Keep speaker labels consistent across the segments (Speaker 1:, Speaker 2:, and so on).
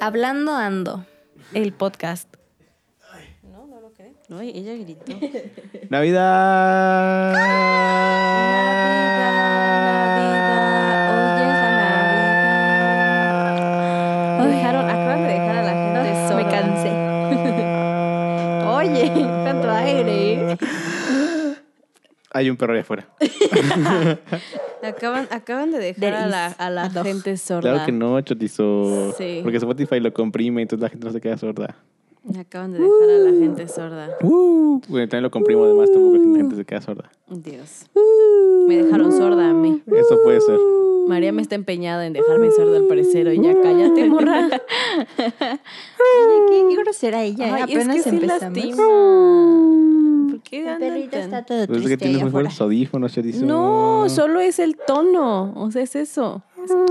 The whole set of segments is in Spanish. Speaker 1: Hablando Ando, el podcast.
Speaker 2: No, no lo creo. No, ella gritó.
Speaker 3: Navidad.
Speaker 1: hoy es la
Speaker 2: Navidad, Navidad,
Speaker 1: Navidad. Hoy dejaron- acaban de dejar a la gente sola.
Speaker 2: Me cansé.
Speaker 1: Oye, tanto aire.
Speaker 3: Hay un perro allá afuera.
Speaker 2: Acaban, acaban de dejar
Speaker 1: There
Speaker 2: a la,
Speaker 1: is
Speaker 2: a la
Speaker 1: a dog.
Speaker 2: gente sorda.
Speaker 3: Claro que no, chotizo.
Speaker 2: Sí.
Speaker 3: Porque Spotify lo comprime, entonces la gente no se queda sorda.
Speaker 2: Acaban de dejar a
Speaker 4: Uh.
Speaker 2: la gente sorda.
Speaker 3: Bueno, también lo comprimo además, tampoco la gente se queda sorda.
Speaker 2: Dios. Me dejaron sorda a mí.
Speaker 3: Eso puede ser.
Speaker 2: María me está empeñada en dejarme sorda al parecer. Y ya cállate, morra.
Speaker 4: Oye, qué, qué grosera ella.
Speaker 2: Ay,
Speaker 4: eh, apenas
Speaker 2: es que sí
Speaker 4: empezamos.
Speaker 2: lastima. ¿Por qué
Speaker 4: La
Speaker 2: andan
Speaker 4: perrita
Speaker 2: tan-
Speaker 4: está todo
Speaker 3: Pero Pues es
Speaker 4: triste
Speaker 3: que tienes
Speaker 4: allá
Speaker 3: muy
Speaker 4: afuera.
Speaker 3: buenos audífonos, chotizo.
Speaker 2: No, solo es el tono. O sea, es eso.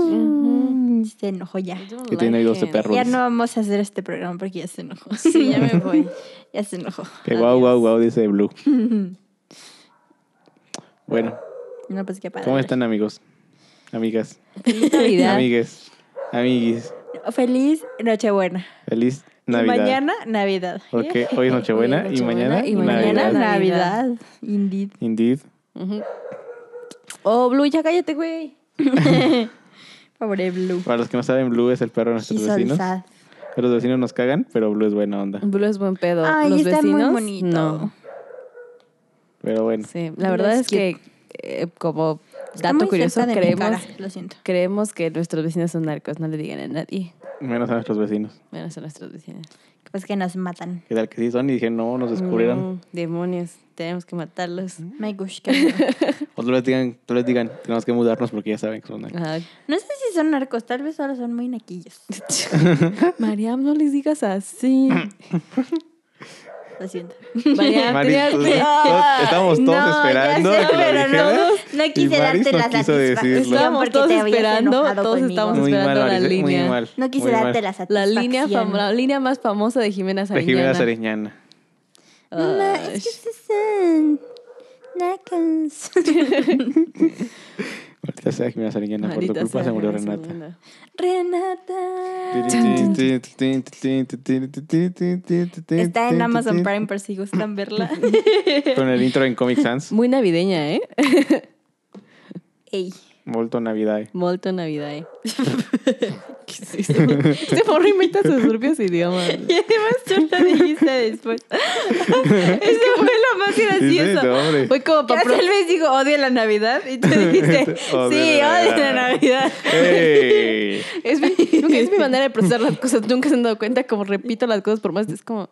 Speaker 4: Mm, Se enojó ya.
Speaker 2: I don't
Speaker 3: Que tiene oídos de
Speaker 2: it.
Speaker 3: perro.
Speaker 4: Ya no vamos a hacer este programa porque ya se enojó.
Speaker 2: Sí, ya me voy.
Speaker 4: Ya se enojó.
Speaker 3: Que guau, guau, guau, dice Blue. Bueno,
Speaker 4: No, pues qué padre.
Speaker 3: ¿cómo están, amigos? Amigas,
Speaker 2: Feliz Navidad.
Speaker 3: amigues, amiguis.
Speaker 4: Feliz Nochebuena.
Speaker 3: Feliz
Speaker 4: Y
Speaker 3: Navidad.
Speaker 4: mañana, Navidad.
Speaker 3: Porque hoy es Nochebuena
Speaker 2: Hoy es
Speaker 3: y mañana,
Speaker 2: Nochebuena y mañana
Speaker 4: Mañana,
Speaker 3: Navidad.
Speaker 4: Navidad.
Speaker 2: Navidad.
Speaker 4: Indeed.
Speaker 3: Indeed.
Speaker 2: Ujú. Oh, Blue, ya cállate, güey.
Speaker 4: Pobre Blue.
Speaker 3: Para los que no saben, Blue es el perro de nuestros
Speaker 4: He's all
Speaker 3: vecinos.
Speaker 4: sad.
Speaker 3: Los vecinos nos cagan, pero Blue es buena onda.
Speaker 2: Blue es buen pedo.
Speaker 4: Ay,
Speaker 2: Los
Speaker 4: está muy
Speaker 2: vecinos,
Speaker 4: bonito.
Speaker 2: no.
Speaker 3: Pero bueno,
Speaker 2: Sí,
Speaker 4: Blue
Speaker 2: la verdad
Speaker 4: es
Speaker 2: es que, eh, como
Speaker 4: Está muy
Speaker 2: dato
Speaker 4: cerca
Speaker 2: curioso,
Speaker 4: de mi
Speaker 2: creemos,
Speaker 4: cara, Lo siento.
Speaker 2: creemos que nuestros vecinos son narcos. No le digan a nadie,
Speaker 3: menos a nuestros vecinos.
Speaker 2: menos a nuestros vecinos.
Speaker 4: Pues que nos matan.
Speaker 3: ¿Qué tal que sí son? Y dije, no, nos descubrieron. Mm.
Speaker 2: Mm, demonios, tenemos que matarlos.
Speaker 4: My gosh, qué miedo.
Speaker 3: O tal vez digan, tal vez digan, tenemos que mudarnos porque ya saben que son narcos.
Speaker 2: Ay.
Speaker 4: No sé si son narcos, tal vez ahora son muy naquillos.
Speaker 2: Mariam, no les digas así.
Speaker 4: Lo siento. Ah.
Speaker 2: Mariam,
Speaker 3: Mari,
Speaker 2: tenías-
Speaker 3: pues, todos- estábamos todos
Speaker 4: No, ya
Speaker 3: esperando
Speaker 4: sé,
Speaker 3: que lo
Speaker 4: pero no,
Speaker 3: dijeras.
Speaker 4: no
Speaker 3: y
Speaker 4: quise
Speaker 3: Maris
Speaker 4: darte
Speaker 3: no
Speaker 4: la
Speaker 3: quiso
Speaker 4: satisfacción.
Speaker 3: decirlo.
Speaker 2: Estábamos
Speaker 4: porque
Speaker 2: todos
Speaker 4: te habías
Speaker 2: esperando,
Speaker 4: enojado
Speaker 2: todos
Speaker 4: conmigo.
Speaker 2: estábamos
Speaker 3: Muy mal,
Speaker 2: esperando la
Speaker 3: Maris, muy
Speaker 2: línea.
Speaker 3: mal.
Speaker 4: No quise
Speaker 3: muy
Speaker 4: darte
Speaker 3: mal.
Speaker 4: la
Speaker 2: La
Speaker 4: satisfacción.
Speaker 2: línea, fam- la línea más famosa de Jimena
Speaker 3: De
Speaker 2: Sariñana.
Speaker 3: Jimena Sariñana.
Speaker 4: No,
Speaker 2: Ay,
Speaker 4: es que se son nacos.
Speaker 3: Ahorita sea Jimena Sariñana, por tu
Speaker 2: maldita
Speaker 3: culpa
Speaker 2: sea,
Speaker 3: se murió
Speaker 2: Jimena
Speaker 3: Renata.
Speaker 2: Sariñana.
Speaker 4: Renata.
Speaker 3: Está
Speaker 4: Está en Amazon Prime por si gustan verla.
Speaker 3: Con el intro en Comic Sans.
Speaker 2: Muy navideña, ¿eh?
Speaker 4: Ey.
Speaker 3: Molto Navidad.
Speaker 2: Molto Navidad. ¿eh? ¿Qué es eso? Este morro inventa sus propios idiomas.
Speaker 4: Y además tú lo dijiste después.
Speaker 2: Este fue lo más
Speaker 3: Dice,
Speaker 2: gracioso.
Speaker 3: no, hombre.
Speaker 2: Fue como
Speaker 4: Yo
Speaker 2: para... pro-
Speaker 4: tal vez digo, odio la Navidad. Y tú dijiste, sí,
Speaker 3: Odio la
Speaker 4: odio la
Speaker 3: Navidad. Eh.
Speaker 4: Navidad.
Speaker 3: ¡Ey!
Speaker 2: Es mi, creo que es mi manera de procesar las cosas. Nunca se han dado cuenta como repito las cosas por más. Es como...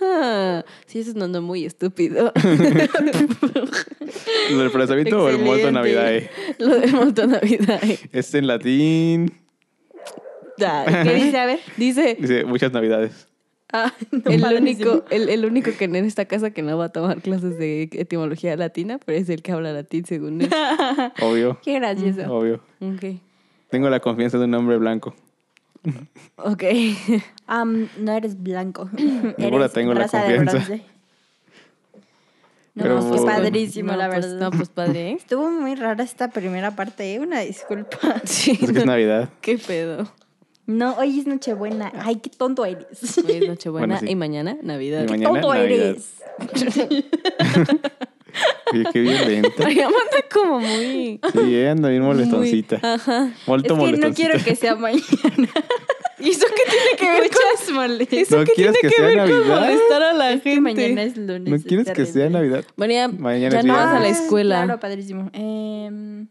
Speaker 2: "Ah, sí, eso es no, no, muy estúpido.
Speaker 3: ¿Lo del procesamiento o el Molto Navidad? eh.
Speaker 2: Excelente. Lo de Molto Navidad. ¿eh?
Speaker 3: Es en latín.
Speaker 2: Da, ¿Qué dice? A ver. Dice...
Speaker 3: Dice muchas Navidades.
Speaker 4: Ah, no,
Speaker 2: el,
Speaker 4: padrísimo.
Speaker 2: único, el, el único que en esta casa que no va a tomar clases de etimología latina, pero es el que habla latín, según él.
Speaker 3: Obvio.
Speaker 4: Qué gracioso.
Speaker 3: Obvio.
Speaker 2: Ok.
Speaker 3: Tengo la confianza de un hombre blanco.
Speaker 2: Ok.
Speaker 4: Am, no eres blanco.
Speaker 3: ahora
Speaker 4: Eres
Speaker 3: tengo la
Speaker 4: raza de
Speaker 3: confianza.
Speaker 4: bronce. No,
Speaker 3: Pero-
Speaker 4: pues qué padrísimo,
Speaker 2: No,
Speaker 4: la
Speaker 2: pues,
Speaker 4: verdad.
Speaker 2: no, pues padre, ¿eh?
Speaker 4: Estuvo muy rara esta primera parte, ¿eh? una disculpa.
Speaker 2: Sí.
Speaker 3: Es que es
Speaker 2: no,
Speaker 3: Navidad.
Speaker 2: ¿Qué pedo?
Speaker 4: No, hoy es Nochebuena. Ay, qué tonto eres.
Speaker 2: Hoy es Nochebuena
Speaker 3: Bueno, sí.
Speaker 2: y mañana Navidad.
Speaker 3: Y mañana-
Speaker 4: tonto
Speaker 3: Navidad.
Speaker 4: eres.
Speaker 3: Oye, qué violenta.
Speaker 2: María manda como muy.
Speaker 3: Sí, eh, anda bien molestoncita.
Speaker 2: Ajá.
Speaker 4: Es que
Speaker 3: Molto
Speaker 4: no
Speaker 3: molestoncita.
Speaker 4: quiero que sea mañana.
Speaker 2: ¿Y eso qué tiene que ver
Speaker 4: Muchas molestias.
Speaker 2: ¿Eso
Speaker 3: ¿No
Speaker 2: qué
Speaker 3: quieres
Speaker 2: tiene
Speaker 3: que
Speaker 2: que,
Speaker 3: sea
Speaker 2: ver con
Speaker 3: Navidad?
Speaker 2: molestar a la gente?
Speaker 4: Mañana es lunes.
Speaker 3: ¿No
Speaker 4: es
Speaker 3: quieres que sea
Speaker 4: terrible.
Speaker 3: Navidad?
Speaker 2: María,
Speaker 3: Mañana
Speaker 2: ya
Speaker 3: es
Speaker 2: no
Speaker 3: viernes.
Speaker 2: vas a la
Speaker 4: Ah,
Speaker 2: escuela.
Speaker 4: Claro, padrísimo. Em,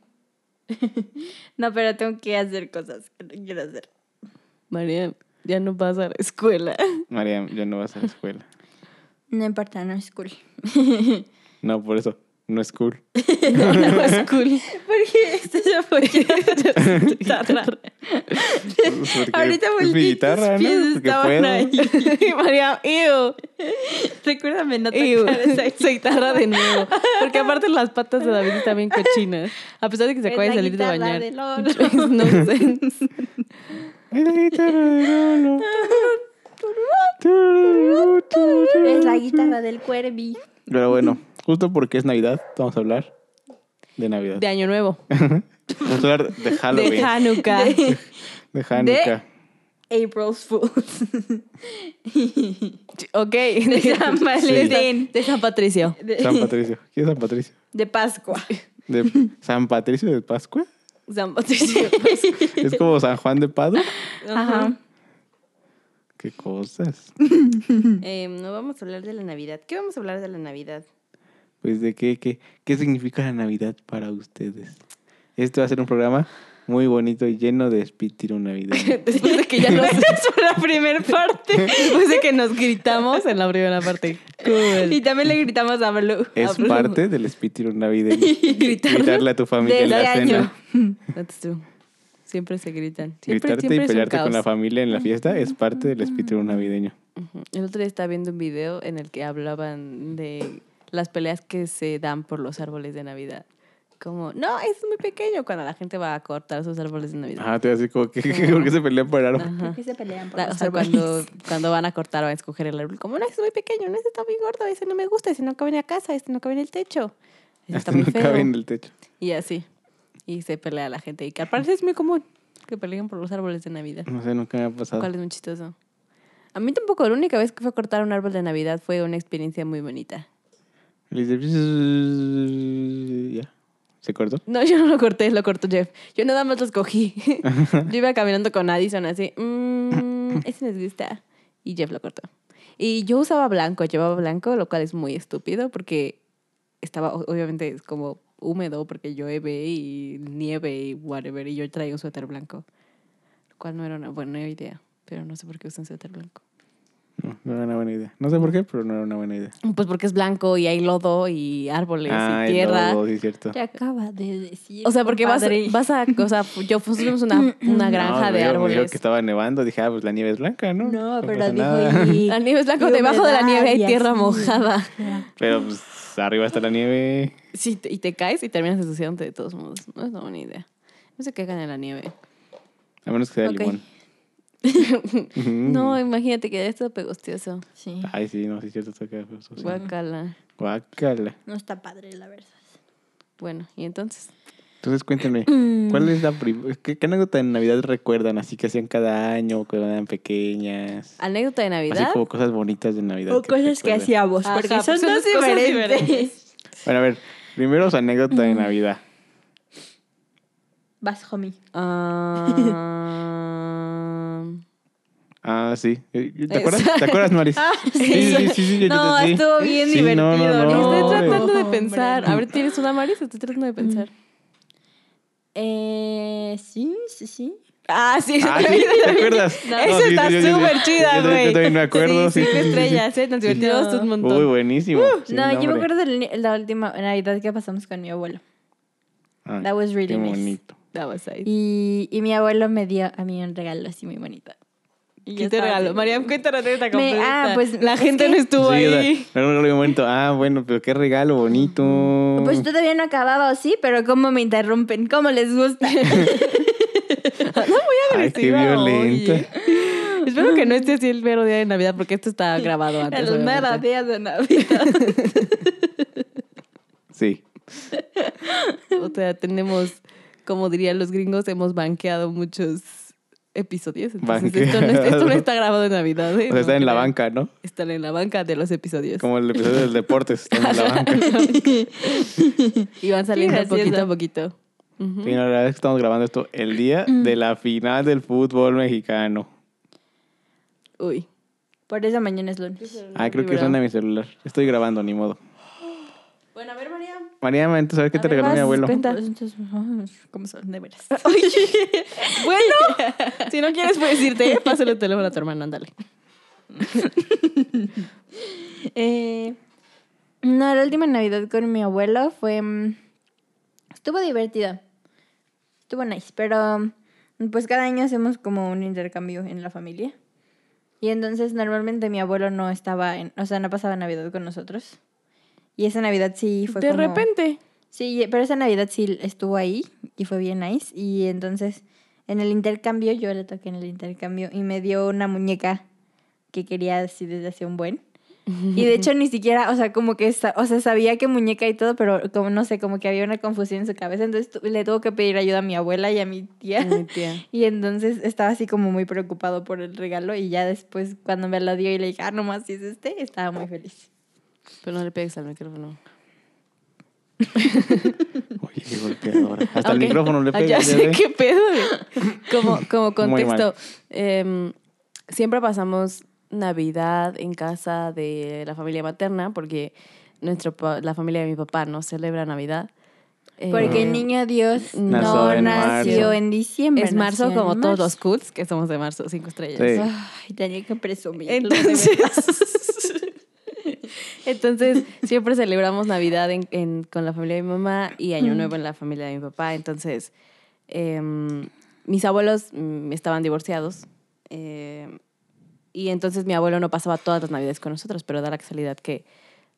Speaker 4: no, pero tengo que hacer cosas que no quiero hacer.
Speaker 2: María, ya no vas a la escuela.
Speaker 3: María, ya no vas a la escuela.
Speaker 4: No importa, no es cool.
Speaker 3: No, por eso. No es cool.
Speaker 2: No, no es cool.
Speaker 4: Porque esto ya fue Está raro.
Speaker 3: Porque
Speaker 4: Ahorita
Speaker 3: es
Speaker 4: volteé
Speaker 3: mi
Speaker 4: y tus
Speaker 3: guitarra, ¿no?
Speaker 4: pies
Speaker 3: Porque
Speaker 4: estaban
Speaker 3: puedo.
Speaker 4: ahí.
Speaker 2: Y María, ew.
Speaker 4: Recuérdame no
Speaker 2: Ew,
Speaker 4: tocar esa
Speaker 2: se guitarra de nuevo. Porque aparte las patas de David están bien cochinas. A pesar de que se
Speaker 4: Es
Speaker 2: acaba de
Speaker 4: la
Speaker 2: salir de
Speaker 4: guitarra
Speaker 2: bañar.
Speaker 4: de Lolo.
Speaker 2: Es nonsense.
Speaker 3: Ay, la guitarra de Lolo. Tururú, tururú.
Speaker 4: Es la guitarra del Cuervi.
Speaker 3: Pero bueno, justo porque es Navidad, vamos a hablar de Navidad.
Speaker 2: De Año Nuevo.
Speaker 3: Vamos a hablar de Halloween.
Speaker 2: De Hanukkah.
Speaker 3: De Hanukkah.
Speaker 4: April's Fools.
Speaker 2: Ok.
Speaker 4: De San Valentín.
Speaker 2: De San Patricio.
Speaker 3: San
Speaker 4: De,
Speaker 3: Patricio. ¿Quién es San Patricio?
Speaker 4: de Pascua.
Speaker 3: ¿De ¿San Patricio de Pascua?
Speaker 2: San Patricio.
Speaker 3: Es como San Juan de Padua.
Speaker 4: Ajá.
Speaker 3: Qué cosas.
Speaker 2: Eh, no vamos a hablar de la Navidad. ¿Qué vamos a hablar de la Navidad?
Speaker 3: Pues de qué, qué, qué significa la Navidad para ustedes. Este va a ser un programa muy bonito y lleno de espíritu navideño.
Speaker 2: Después de que ya nos...
Speaker 4: la primera parte.
Speaker 2: Después de que nos gritamos en la primera parte.
Speaker 4: Y también le gritamos a Blue.
Speaker 3: Es parte del espíritu navideño. Gritarle a tu familia en
Speaker 4: Del
Speaker 3: la
Speaker 4: año.
Speaker 3: cena.
Speaker 2: That's true. Siempre se gritan. Siempre,
Speaker 3: Gritarte
Speaker 2: siempre
Speaker 3: y
Speaker 2: es un
Speaker 3: pelearte con
Speaker 2: caos.
Speaker 3: la familia en la fiesta es parte del espíritu navideño.
Speaker 2: Ujú. El otro día estaba viendo un video en el que hablaban de las peleas que se dan por los árboles de Navidad. Como, no, es muy pequeño cuando la gente va a cortar sus árboles de Navidad.
Speaker 3: Ah, te voy a decir como que, que- ¿por qué se pelean por árbol?
Speaker 2: Ajá.
Speaker 4: se pelean
Speaker 2: La- o sea, cuando, cuando van a cortar, van a escoger el árbol. Como, no, ese es muy pequeño, no, ese está muy gordo, ese no me gusta, ese no cabe en la casa, ese no cabe en el techo. Ese
Speaker 3: Hasta
Speaker 2: está muy
Speaker 3: no
Speaker 2: feo.
Speaker 3: cabe en el techo.
Speaker 2: Y así. Y se pelea la gente. Y que al parecer es muy común que peleen por los árboles de Navidad.
Speaker 3: No sé, nunca me ha pasado.
Speaker 2: ¿Cuál es muy chistoso? A mí tampoco, la única vez que fue a cortar un árbol de Navidad fue una experiencia muy bonita.
Speaker 3: Le dice, Ya. ¿Se cortó?
Speaker 2: No, yo no lo corté, lo cortó Jeff. Yo nada más los cogí. yo iba caminando con Addison así, mmm, ese les gusta. Y Jeff lo cortó. Y yo usaba blanco, llevaba blanco, lo cual es muy estúpido porque estaba, o- obviamente, es como húmedo porque llueve y nieve y whatever. Y yo traía un suéter blanco, lo cual no era una buena idea, pero no sé por qué usan suéter blanco.
Speaker 3: No, no era una buena idea. No sé por qué, pero no era una buena idea.
Speaker 2: Pues porque es blanco y hay lodo y árboles y
Speaker 3: el
Speaker 2: tierra.
Speaker 3: lodo, sí, cierto.
Speaker 4: Te acaba de decir.
Speaker 2: O sea, porque vas,
Speaker 4: compadre.
Speaker 2: vas a, o sea, fu- yo pusimos una, una granja
Speaker 3: No,
Speaker 2: de
Speaker 3: me dijo- me dijo
Speaker 2: árboles.
Speaker 3: que estaba nevando. Dije, ah, pues la nieve es blanca, ¿no?
Speaker 4: No, pero
Speaker 3: pasa
Speaker 4: dijo.
Speaker 3: nada.
Speaker 4: y-
Speaker 2: La nieve es blanca,
Speaker 4: y
Speaker 2: debajo de la
Speaker 4: humedad
Speaker 2: nieve hay
Speaker 4: y
Speaker 2: tierra
Speaker 4: así.
Speaker 2: mojada.
Speaker 3: Pero pues arriba está la nieve.
Speaker 2: Sí, te- y te caes y terminas ensuciándote de todos modos. No es una buena idea. No se cagan en la nieve.
Speaker 3: A menos que sea
Speaker 2: Ok.
Speaker 3: limón. Mm.
Speaker 2: No, imagínate que es todo pegostioso.
Speaker 4: Sí.
Speaker 2: Ah.
Speaker 3: Ay, sí, no, sí, cierto. Está acá, pues, o sea,
Speaker 2: Guacala.
Speaker 3: Guácala.
Speaker 4: No está padre, la verdad.
Speaker 2: Bueno, y entonces.
Speaker 3: Entonces, cuéntenme, ¿cuál es la prim- ¿Qué, qué anécdota de Navidad recuerdan? Así que hacían cada año, cuando eran pequeñas.
Speaker 2: Anécdota de Navidad.
Speaker 3: Así como cosas bonitas de Navidad.
Speaker 4: O cosas que
Speaker 3: recuerden.
Speaker 4: hacíamos,
Speaker 2: Ajá,
Speaker 4: porque son
Speaker 2: pues son
Speaker 4: dos
Speaker 2: dos cosas
Speaker 4: diferentes.
Speaker 2: diferentes.
Speaker 3: Bueno, a ver, primero su anécdota de Navidad.
Speaker 4: Vas, homie.
Speaker 2: Ah,
Speaker 3: Ah, sí. Eh, ¿Te
Speaker 2: Eh,
Speaker 3: acuerdas? ¿Te acuerdas, Maris? sí, sí, sí, sí,
Speaker 4: Ah, No,
Speaker 3: sí.
Speaker 4: estuvo bien
Speaker 3: Sí,
Speaker 4: divertido.
Speaker 3: no, no, no.
Speaker 2: estoy tratando de
Speaker 4: Hombre.
Speaker 2: pensar. A ver, ¿tienes una, Maris? Estoy tratando de pensar.
Speaker 4: Eh, sí, sí, sí.
Speaker 2: Ah, sí.
Speaker 3: Ah, ¿sí? ¿Te acuerdas? No,
Speaker 2: Eso
Speaker 3: sí,
Speaker 2: está
Speaker 3: sí, sí, sí.
Speaker 2: súper
Speaker 3: Yo
Speaker 2: chida,
Speaker 3: también-
Speaker 2: güey.
Speaker 3: Yo también me acuerdo. Sí,
Speaker 2: Sí, cinco
Speaker 3: sí, sí, sí.
Speaker 2: estrellas, ¿eh? Nos divertimos
Speaker 4: No.
Speaker 2: un montón.
Speaker 3: Uy, buenísimo. Sí,
Speaker 4: Uh, no, yo me
Speaker 3: hombre.
Speaker 4: acuerdo de la- la última Navidad que pasamos con mi abuelo.
Speaker 3: Ah,
Speaker 4: That was really
Speaker 3: qué
Speaker 4: nice.
Speaker 3: bonito.
Speaker 2: That was nice.
Speaker 4: Y, y mi abuelo me dio a mí un regalo así muy bonito. Y
Speaker 2: ¿Qué
Speaker 4: yo
Speaker 2: te
Speaker 4: estaba
Speaker 2: regaló?
Speaker 4: así-
Speaker 2: Mariam, cuéntanos la anécdota
Speaker 4: Me-
Speaker 2: completa.
Speaker 4: ah, pues,
Speaker 2: la
Speaker 4: es
Speaker 2: gente
Speaker 4: que-
Speaker 2: no estuvo
Speaker 3: Sí,
Speaker 2: ahí.
Speaker 3: la- No, no, no, momento. Ah, bueno, pero qué regalo bonito.
Speaker 4: Pues todavía no acababa, ¿o sí? Pero cómo me interrumpen, cómo les gusta.
Speaker 3: Ay, qué
Speaker 2: agresiva,
Speaker 3: violenta.
Speaker 2: oye. Espero que no esté así el mero día de Navidad porque esto está grabado antes.
Speaker 4: En los
Speaker 2: pues obviamente.
Speaker 4: meros días de Navidad.
Speaker 3: Sí.
Speaker 2: O sea, tenemos, como dirían los gringos, hemos banqueado muchos episodios. Entonces, esto no, es- esto no está grabado en Navidad. ¿eh?
Speaker 3: O sea, está
Speaker 2: No
Speaker 3: en la
Speaker 2: crean.
Speaker 3: banca, ¿no?
Speaker 2: Están en la banca de los episodios.
Speaker 3: Como el episodio del deportes. Está en la banca.
Speaker 2: Y van saliendo
Speaker 4: gracioso.
Speaker 2: poquito a poquito. Ujú.
Speaker 3: Y la verdad es que estamos grabando esto el día de la final del fútbol mexicano.
Speaker 2: Uy.
Speaker 4: Por eso mañana es lunes.
Speaker 3: Ah, creo que
Speaker 2: Vibra.
Speaker 3: suena mi celular. Estoy grabando, ni modo.
Speaker 2: Bueno, a ver, Mariam.
Speaker 3: María, entonces, a ver qué te regaló mi abuelo.
Speaker 2: cuenta.
Speaker 4: Entonces, ¿cómo son? De veras.
Speaker 2: Bueno, si no quieres puedes irte. ¿eh? Pásale el teléfono a tu hermana, ándale.
Speaker 4: Eh, no, la última Navidad con mi abuelo fue... mm, Estuvo divertida. Estuvo nice, pero mm, pues cada año hacemos como un intercambio en la familia. Y entonces normalmente mi abuelo no estaba, en, o sea, no pasaba Navidad con nosotros. Y esa Navidad sí fue
Speaker 2: de
Speaker 4: como-
Speaker 2: repente.
Speaker 4: Sí, pero esa Navidad sí estuvo ahí y fue bien nice. Y entonces en el intercambio, yo le toqué en el intercambio y me dio una muñeca que quería así desde hace un buen. Y de hecho ni siquiera, o sea, como que, sa- o sea, sabía que muñeca y todo, pero como no sé, como que había una confusión en su cabeza. Entonces tu- le tuvo que pedir ayuda a mi abuela y a mi tía.
Speaker 2: Mi tía.
Speaker 4: Y entonces estaba así como muy preocupado por el regalo y ya después cuando me lo dio y le dije, ah, nomás si es este, estaba muy feliz.
Speaker 2: Pero no le pegues al micrófono.
Speaker 3: Oye, qué golpeadora. Hasta
Speaker 2: Ok.
Speaker 3: el micrófono le
Speaker 2: Ah,
Speaker 3: pega.
Speaker 2: Ya
Speaker 3: ya
Speaker 2: sé
Speaker 3: ve.
Speaker 2: qué pedo. güey. Como, como
Speaker 3: Muy mal.
Speaker 2: contexto, em, siempre pasamos Navidad en casa de la familia materna porque nuestro, pa- la familia de mi papá no celebra Navidad. Eh,
Speaker 4: Porque el niño Dios
Speaker 2: Nació
Speaker 4: no
Speaker 2: en
Speaker 4: nació
Speaker 3: marzo.
Speaker 4: en diciembre.
Speaker 2: es marzo
Speaker 4: nació en
Speaker 2: como todos
Speaker 4: marzo.
Speaker 2: los cults, que somos de marzo, cinco estrellas.
Speaker 3: Sí.
Speaker 4: Ay, tenía que presumir.
Speaker 2: Entonces, entonces siempre celebramos Navidad en- en- con la familia de mi mamá y Año Nuevo en la familia de mi papá. Entonces, em, mis abuelos mm, estaban divorciados em, y entonces mi abuelo no pasaba todas las Navidades con nosotros, pero da la casualidad que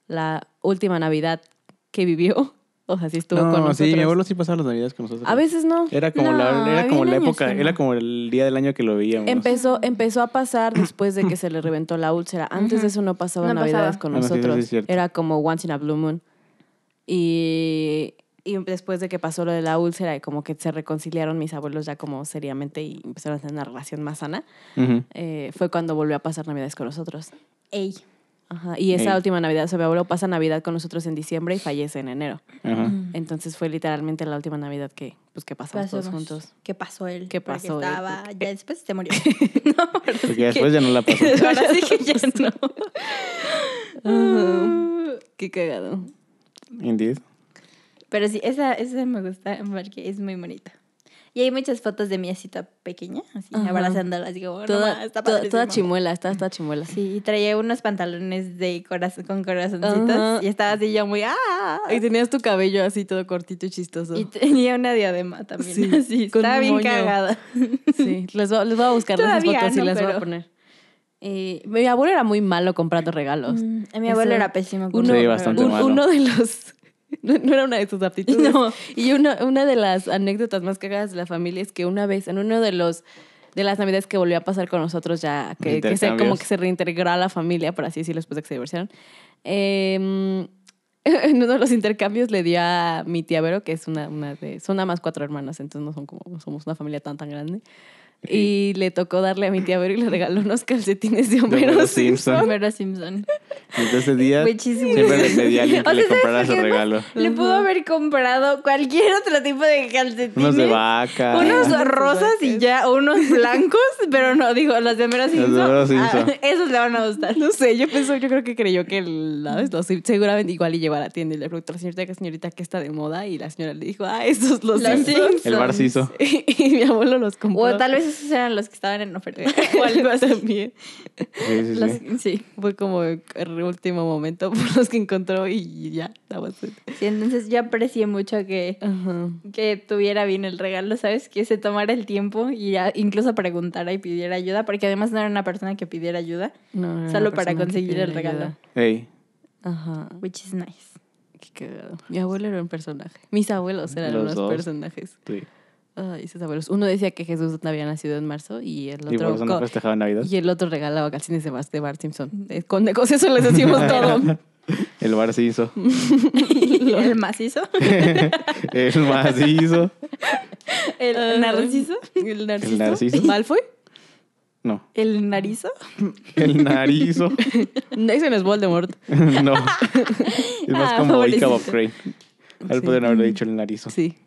Speaker 2: la última Navidad que vivió, o sea, sí estuvo
Speaker 3: No,
Speaker 2: con nosotros.
Speaker 3: sí, mi abuelo sí pasaba las navidades con nosotros.
Speaker 2: A veces no.
Speaker 3: Era como
Speaker 4: No,
Speaker 3: la, era
Speaker 4: había
Speaker 3: como la
Speaker 4: años
Speaker 3: época,
Speaker 4: que no.
Speaker 3: era como el día del año que lo veíamos.
Speaker 2: Empezó, empezó a pasar después de que se le reventó la úlcera. Antes de eso no pasaba
Speaker 4: No
Speaker 2: Navidades
Speaker 4: pasaba.
Speaker 2: con
Speaker 3: Bueno, Ah, sí, eso sí es
Speaker 2: nosotros.
Speaker 3: cierto.
Speaker 2: Era como once in a blue moon. Y, y después de que pasó lo de la úlcera y como que se reconciliaron mis abuelos ya como seriamente y empezaron a tener una relación más sana,
Speaker 3: Ujú.
Speaker 2: eh, fue cuando volvió a pasar Navidades con nosotros.
Speaker 4: Ey.
Speaker 2: Ajá. Y esa
Speaker 3: Ey.
Speaker 2: última Navidad, o sea, mi abuelo pasa Navidad con nosotros en diciembre y fallece en enero.
Speaker 3: Ajá.
Speaker 2: Entonces fue literalmente la última Navidad que, pues, que pasamos todos
Speaker 4: Pasamos.
Speaker 2: juntos.
Speaker 4: ¿Qué pasó él?
Speaker 2: ¿Qué
Speaker 4: Porque
Speaker 2: pasó él?
Speaker 4: estaba, ya después se murió.
Speaker 3: Porque después ya no la pasó.
Speaker 2: Ahora sí que ya no. Ajá. Qué cagado.
Speaker 3: Indeed.
Speaker 4: Pero sí, esa, esa me gusta porque es muy bonita. Y hay muchas fotos de mi asita pequeña, así
Speaker 2: Ajá.
Speaker 4: abrazándola, así como, no,
Speaker 2: Toda,
Speaker 4: ma, está
Speaker 2: toda, toda
Speaker 4: padrísimo.
Speaker 2: chimuela, está, está chimuela.
Speaker 4: Sí, y traía unos pantalones de corazón, con corazoncitos
Speaker 2: Ajá.
Speaker 4: y estaba así yo muy, ¡ah!
Speaker 2: Y tenías tu cabello así todo cortito y chistoso.
Speaker 4: Y tenía una diadema también,
Speaker 2: Sí,
Speaker 4: así,
Speaker 2: con
Speaker 4: estaba bien
Speaker 2: moño.
Speaker 4: cagada.
Speaker 2: sí, les voy, les voy a buscar esas
Speaker 4: Todavía
Speaker 2: fotos y
Speaker 4: no,
Speaker 2: las voy a
Speaker 4: pero-
Speaker 2: poner. Eh, mi abuelo era muy malo comprando regalos.
Speaker 4: Mm, A mi
Speaker 2: Eso-
Speaker 4: abuelo era pésimo. con
Speaker 2: Uno,
Speaker 3: Sí,
Speaker 4: los
Speaker 3: bastante
Speaker 2: un-
Speaker 3: malo.
Speaker 2: uno de los... No, no era una de sus aptitudes.
Speaker 4: No.
Speaker 2: Y una, una de las anécdotas más cagadas de la familia es que una vez, en uno de los de las navidades que volvió a pasar con nosotros ya, que, que se, como
Speaker 3: Intercambios.
Speaker 2: que se reintegró a la familia, por así decirlo, después de que se divorciaron, eh, en uno de los intercambios le di a mi tía Vero, que es una, una de... Son nada más cuatro hermanas, entonces no son como... no somos una familia tan, tan grande. Y le tocó darle a mi tía Vero y le regaló unos calcetines de Homero,
Speaker 3: Homero
Speaker 2: Simpson.
Speaker 3: Simpson.
Speaker 4: Homero Simpson.
Speaker 3: Entonces ese día
Speaker 4: Which is
Speaker 3: siempre
Speaker 4: weird.
Speaker 3: le pedí a alguien que
Speaker 4: O sea,
Speaker 3: le
Speaker 4: ¿sabes
Speaker 3: comprara
Speaker 4: por
Speaker 3: su
Speaker 4: qué no?
Speaker 3: regalo.
Speaker 4: Le pudo haber comprado cualquier otro tipo de calcetines.
Speaker 3: Unos de vaca.
Speaker 4: Unos rosas y ya, o unos blancos, pero no, digo, los de Mero Simpson.
Speaker 3: Homero Simpson.
Speaker 4: ah, esos le van a gustar.
Speaker 2: No sé, yo pensó, yo creo que creyó que el- ¿sabes? Los- seguramente igual y llegó a la tienda y le preguntó a la señorita, que señorita que está de moda y la señora le dijo, ah, estos
Speaker 4: Los
Speaker 2: los Simpson".
Speaker 4: Simpsons.
Speaker 3: El barciso.
Speaker 2: Y, y mi abuelo los compró.
Speaker 4: O tal vez esos eran los que estaban en oferta.
Speaker 2: o algo así. También.
Speaker 3: Sí, sí, sí.
Speaker 2: Las- sí, fue como el último momento por los que encontró y ya, estaba
Speaker 4: Sí, entonces yo aprecié mucho que,
Speaker 2: Ajá.
Speaker 4: que tuviera bien el regalo, ¿sabes? Que se tomara el tiempo y ya incluso preguntara y pidiera ayuda, porque además no era una persona que pidiera ayuda,
Speaker 2: No, era una
Speaker 4: Solo para
Speaker 2: persona que
Speaker 4: conseguir
Speaker 2: pide
Speaker 4: el regalo.
Speaker 2: ayuda.
Speaker 3: Ey,
Speaker 2: Ajá.
Speaker 4: which is nice.
Speaker 2: Qué cagado. Mi abuelo era un personaje. Mis abuelos eran
Speaker 3: Los
Speaker 2: unos
Speaker 3: dos.
Speaker 2: personajes.
Speaker 3: sí.
Speaker 2: Ay, sus abuelos. Uno decía que Jesús había nacido en marzo y el otro...
Speaker 3: Y por eso no
Speaker 2: co-
Speaker 3: festejaba Navidad.
Speaker 2: Y el otro regalaba calcines de Bart, de Bart Simpson. Eh, Con negocios les decimos todo.
Speaker 3: El barciso.
Speaker 4: el macizo,
Speaker 3: El macizo.
Speaker 2: Ah.
Speaker 4: el narciso,
Speaker 2: El narciso.
Speaker 3: El narciso.
Speaker 2: Malfoy.
Speaker 3: No.
Speaker 4: el narizo.
Speaker 3: El narizo.
Speaker 2: Ese no es Voldemort.
Speaker 3: No. Es más
Speaker 4: Ah,
Speaker 3: como Ica
Speaker 4: pobrecito.
Speaker 3: Bob Crane. Al
Speaker 2: Sí.
Speaker 3: poder haberlo dicho el narizo.
Speaker 2: Sí.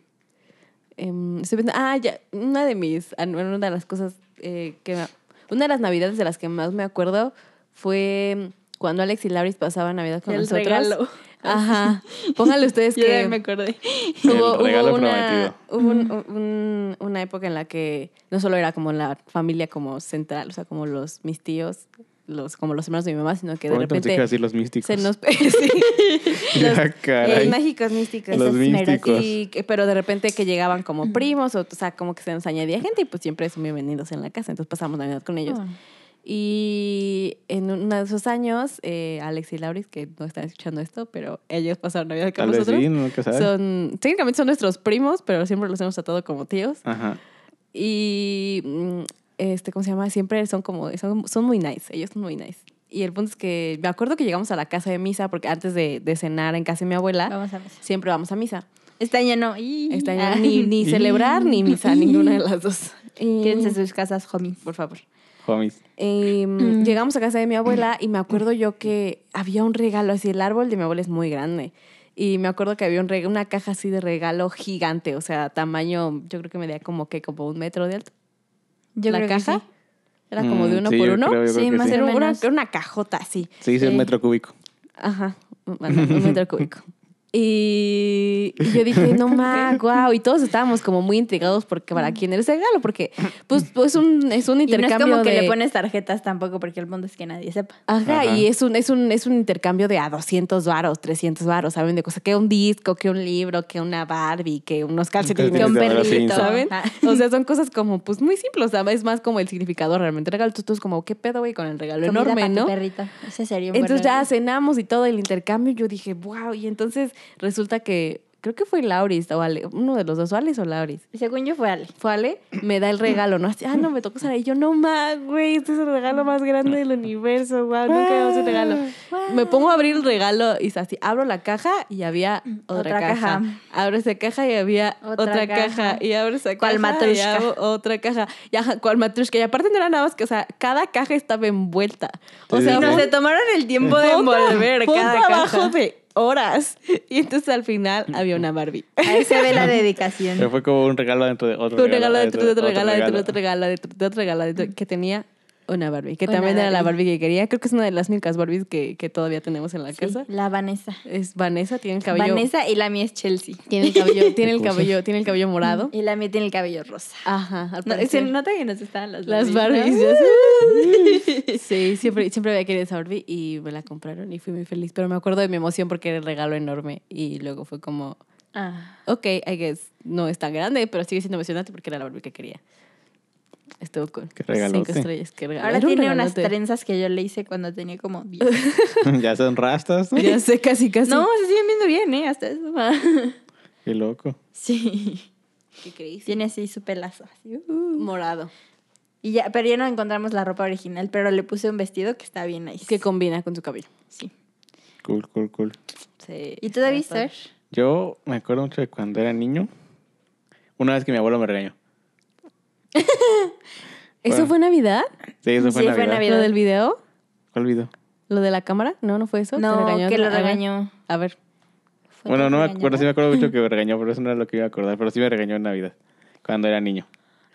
Speaker 2: Em, estoy pensando- ah, ya. Una de mis. ah, bueno, Una de las cosas eh, que. me- una de las navidades de las que más me acuerdo fue cuando Alex y Lauris pasaban Navidad con
Speaker 4: El
Speaker 2: nosotros.
Speaker 4: regalo.
Speaker 2: Ajá. Pónganle ustedes
Speaker 4: Yo ya
Speaker 2: que.
Speaker 4: me acordé.
Speaker 3: El
Speaker 2: Hubo, hubo
Speaker 3: regalo
Speaker 2: una,
Speaker 3: prometido.
Speaker 2: hubo un- un- una época en la que no solo era como la familia como central, o sea, como los mis tíos, los, como los hermanos de mi mamá, sino que de
Speaker 3: Ahorita pensé que iba a
Speaker 2: repente
Speaker 3: decir los místicos.
Speaker 2: se nos... sí, los- eh,
Speaker 3: Ya, caray.
Speaker 2: los mágicos místicos.
Speaker 3: Los
Speaker 2: esos Mm. meros.
Speaker 3: místicos.
Speaker 2: Y que- pero de repente que llegaban como primos, o, o sea, como que se nos añadía gente y pues siempre son bienvenidos en la casa, entonces pasamos Navidad con ellos. Y en uno de esos años, eh, Alex y Lauris, que no están escuchando esto, pero ellos pasaron Navidad con
Speaker 3: Tal vez
Speaker 2: nosotros.
Speaker 3: sí, no nunca sabes.
Speaker 2: Son, técnicamente son nuestros primos, pero siempre los hemos tratado como tíos.
Speaker 3: Ajá.
Speaker 2: Y, mm, este, ¿cómo se llama? Siempre son como, son, son muy nice, ellos son muy nice. Y el punto es que me acuerdo que llegamos a la casa de misa, porque antes de, de cenar en casa de mi abuela,
Speaker 4: Vamos a misa.
Speaker 2: siempre vamos a misa.
Speaker 4: Este año no. Ah. Y-
Speaker 2: Este año
Speaker 4: Oh. Ah.
Speaker 2: ni, ni celebrar ni misa, ninguna de las dos. Y-
Speaker 4: Quédense en sus casas, homies.
Speaker 2: por favor.
Speaker 3: Homies.
Speaker 2: Eh,
Speaker 4: Mm.
Speaker 2: Llegamos a casa de mi abuela y me acuerdo yo que había un regalo así. El árbol de mi abuela es muy grande. Y me acuerdo que había un reg- una caja así de regalo gigante, o sea, tamaño, yo creo que medía como que como un metro de alto.
Speaker 4: Yo
Speaker 2: la
Speaker 4: creo que
Speaker 2: caja
Speaker 4: sí.
Speaker 2: era como de
Speaker 3: Mm,
Speaker 2: uno
Speaker 3: sí,
Speaker 2: por
Speaker 3: yo
Speaker 2: uno.
Speaker 3: creo- yo
Speaker 4: Sí,
Speaker 3: creo que
Speaker 4: más
Speaker 3: sí.
Speaker 2: Era
Speaker 4: o
Speaker 2: una,
Speaker 4: menos.
Speaker 2: era una cajota así.
Speaker 3: Se dice
Speaker 2: Eh,
Speaker 3: un metro cúbico.
Speaker 2: Ajá, un un metro cúbico. Y y yo dije, no más, guau. Y todos estábamos como muy intrigados porque para quién era ese regalo, porque pues, pues un, es un
Speaker 4: Mm. Y no es
Speaker 2: intercambio.
Speaker 4: como que
Speaker 2: de-
Speaker 4: le pones tarjetas tampoco, porque el mundo es que nadie sepa.
Speaker 2: Ajá,
Speaker 3: Ajá.
Speaker 2: y es un, es, un, es un intercambio de a 200 varos, 300 varos, ¿saben? De cosas, que un disco, que un libro, que una Barbie, que unos calcetines,
Speaker 4: Que
Speaker 3: Tienes
Speaker 4: un
Speaker 3: de verdad, sí,
Speaker 4: perrito.
Speaker 3: sí.
Speaker 2: ¿saben?
Speaker 4: Ah.
Speaker 2: O sea, son cosas como, pues, muy simples, ¿sabes? Es más como el significado realmente. Regalo, tú estás como, ¿qué pedo, güey, con el regalo
Speaker 4: Comida
Speaker 2: enorme,
Speaker 4: pa' tu
Speaker 2: no?
Speaker 4: perrito. Ese sería un buen
Speaker 2: Entonces ya
Speaker 4: regalo.
Speaker 2: cenamos y todo el intercambio. Yo dije, wow. Y entonces resulta que creo que fue Lauris o Ale, uno de los dos, o Alex o Lauris.
Speaker 4: Según yo fue Ale.
Speaker 2: Fue Ale, me da el regalo, ¿no? Así, ah, no, me tocó Sara. Y yo, no más, güey, este es el regalo más grande del universo, wow, nunca había visto un regalo. Me pongo a abrir el regalo y es así, abro la caja y había otra,
Speaker 4: Otra
Speaker 2: caja.
Speaker 4: caja.
Speaker 2: Abro esa caja y había otra,
Speaker 4: Otra
Speaker 2: caja.
Speaker 4: caja.
Speaker 2: Y abro esa
Speaker 4: ¿Cuál
Speaker 2: caja y
Speaker 4: matrushka?
Speaker 2: abro otra caja. Y ajá, cual matrushka. Y aparte no era nada más que, o sea, cada caja estaba envuelta. O
Speaker 3: Sí,
Speaker 2: sea,
Speaker 3: sí,
Speaker 2: no
Speaker 3: sí.
Speaker 2: se
Speaker 4: Se tomaron el tiempo de
Speaker 2: Fue un tra-
Speaker 4: envolver
Speaker 2: fue un
Speaker 4: cada
Speaker 2: trabajo
Speaker 4: caja.
Speaker 2: de horas. Y entonces al final había una Barbie.
Speaker 4: Ahí se ve la
Speaker 3: Pero
Speaker 4: dedicación.
Speaker 3: fue como un regalo dentro de otro
Speaker 2: Un regalo dentro de otro regalo, dentro de otro regalo, dentro de otro regalo, dentro- que tenía una Barbie, que
Speaker 4: Una
Speaker 2: también era la
Speaker 4: Barbie.
Speaker 2: Barbie que quería. Creo que es una de las únicas Barbies que, que todavía tenemos en la
Speaker 4: Sí,
Speaker 2: casa.
Speaker 4: la Vanessa.
Speaker 2: Es Vanessa, tiene el cabello.
Speaker 4: Vanessa y la mía es Chelsea.
Speaker 2: tiene el cabello, tiene el
Speaker 3: ¿Qué cosas?
Speaker 2: cabello, tiene el cabello morado.
Speaker 4: Y la mía tiene el cabello rosa.
Speaker 2: Ajá, al
Speaker 4: No, se
Speaker 2: parecer.
Speaker 4: nota que nos estaban las
Speaker 2: Las
Speaker 4: Barbies,
Speaker 2: Barbies.
Speaker 4: ¿no?
Speaker 2: ya sé. sí, siempre, siempre había querido esa Barbie y me la compraron y fui muy feliz. Pero me acuerdo de mi emoción porque era el regalo enorme y luego fue como,
Speaker 4: Ah.
Speaker 2: ok, I guess no es tan grande, pero sigue siendo emocionante porque era la Barbie que quería. Estuvo con
Speaker 3: Qué regalote.
Speaker 2: cinco estrellas. Qué regalo.
Speaker 4: Ahora
Speaker 2: Era un
Speaker 4: tiene unas
Speaker 2: regalote.
Speaker 4: trenzas que yo le hice cuando tenía como 10.
Speaker 3: ya son rastas, ¿no?
Speaker 2: Ya sé, casi, casi.
Speaker 4: No, se siguen viendo bien, ¿eh? Hasta eso.
Speaker 3: Qué loco.
Speaker 4: Sí.
Speaker 2: ¿Qué crees?
Speaker 4: Tiene así su pelazo. así, uh.
Speaker 2: Morado.
Speaker 4: Y ya, pero ya no encontramos la ropa original, pero le puse un vestido que está bien nice.
Speaker 2: Que combina con tu cabello.
Speaker 4: Sí.
Speaker 3: Cool, cool, cool.
Speaker 2: Sí.
Speaker 4: ¿Y tú, David,
Speaker 2: está padre.
Speaker 4: Ser?
Speaker 3: Yo me acuerdo mucho de cuando era niño. Una vez que mi abuelo me regañó.
Speaker 2: ¿Eso
Speaker 3: Bueno.
Speaker 2: fue Navidad?
Speaker 3: Sí, eso fue
Speaker 4: Sí,
Speaker 3: Navidad.
Speaker 4: fue Navidad.
Speaker 2: ¿Lo del video?
Speaker 3: ¿Cuál video?
Speaker 2: ¿Lo de la cámara? No, no fue eso. ¿Te
Speaker 4: No,
Speaker 2: regañó?
Speaker 4: que
Speaker 2: A
Speaker 4: lo
Speaker 2: ver.
Speaker 4: regañó.
Speaker 2: A ver.
Speaker 4: Fue
Speaker 3: Bueno,
Speaker 4: que
Speaker 3: no me
Speaker 4: regañaba.
Speaker 3: acuerdo, sí me acuerdo mucho que me regañó, pero eso no era lo que iba a acordar. Pero sí me regañó en Navidad, cuando era niño.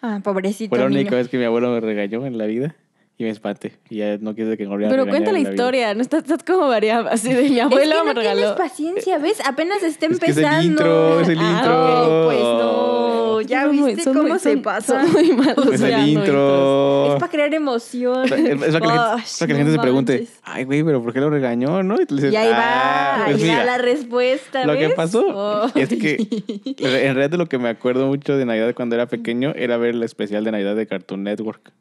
Speaker 4: Ah, pobrecito.
Speaker 3: Fue la
Speaker 4: niño.
Speaker 3: única vez que mi abuelo me regañó en la vida y me espanté. Y ya no quise que me volviera a
Speaker 2: Pero
Speaker 3: regañar
Speaker 2: cuenta la
Speaker 3: en vida.
Speaker 2: historia, no estás, estás como variable, así de mi abuelo
Speaker 4: es que
Speaker 2: me
Speaker 4: no tienes
Speaker 2: regaló.
Speaker 4: paciencia, ¿ves? Apenas está
Speaker 3: Es que es el
Speaker 4: empezando.
Speaker 3: intro, es el
Speaker 4: Ah,
Speaker 3: intro.
Speaker 4: pues no, ya
Speaker 2: Son muy-
Speaker 4: viste
Speaker 2: son
Speaker 4: cómo
Speaker 2: muy-
Speaker 4: se
Speaker 2: son-
Speaker 4: pasa.
Speaker 2: son muy malos
Speaker 3: Es el
Speaker 2: ya, no intros.
Speaker 3: intro.
Speaker 4: Es para crear emoción.
Speaker 3: O sea, Oh. Es es para que, la gente-
Speaker 4: Ay,
Speaker 3: es para que la
Speaker 4: no
Speaker 3: gente se pregunte,
Speaker 4: manches.
Speaker 3: ay, güey, pero ¿por qué lo regañó, no? Y tú le dices,
Speaker 4: Y ahí va,
Speaker 3: "Ah, pues
Speaker 4: ahí va
Speaker 3: mira".
Speaker 4: la respuesta.
Speaker 3: Lo que
Speaker 4: ¿ves?
Speaker 3: pasó
Speaker 4: Oh.
Speaker 3: es que en realidad lo que me acuerdo mucho de Navidad cuando era pequeño era ver el especial de Navidad de Cartoon Network.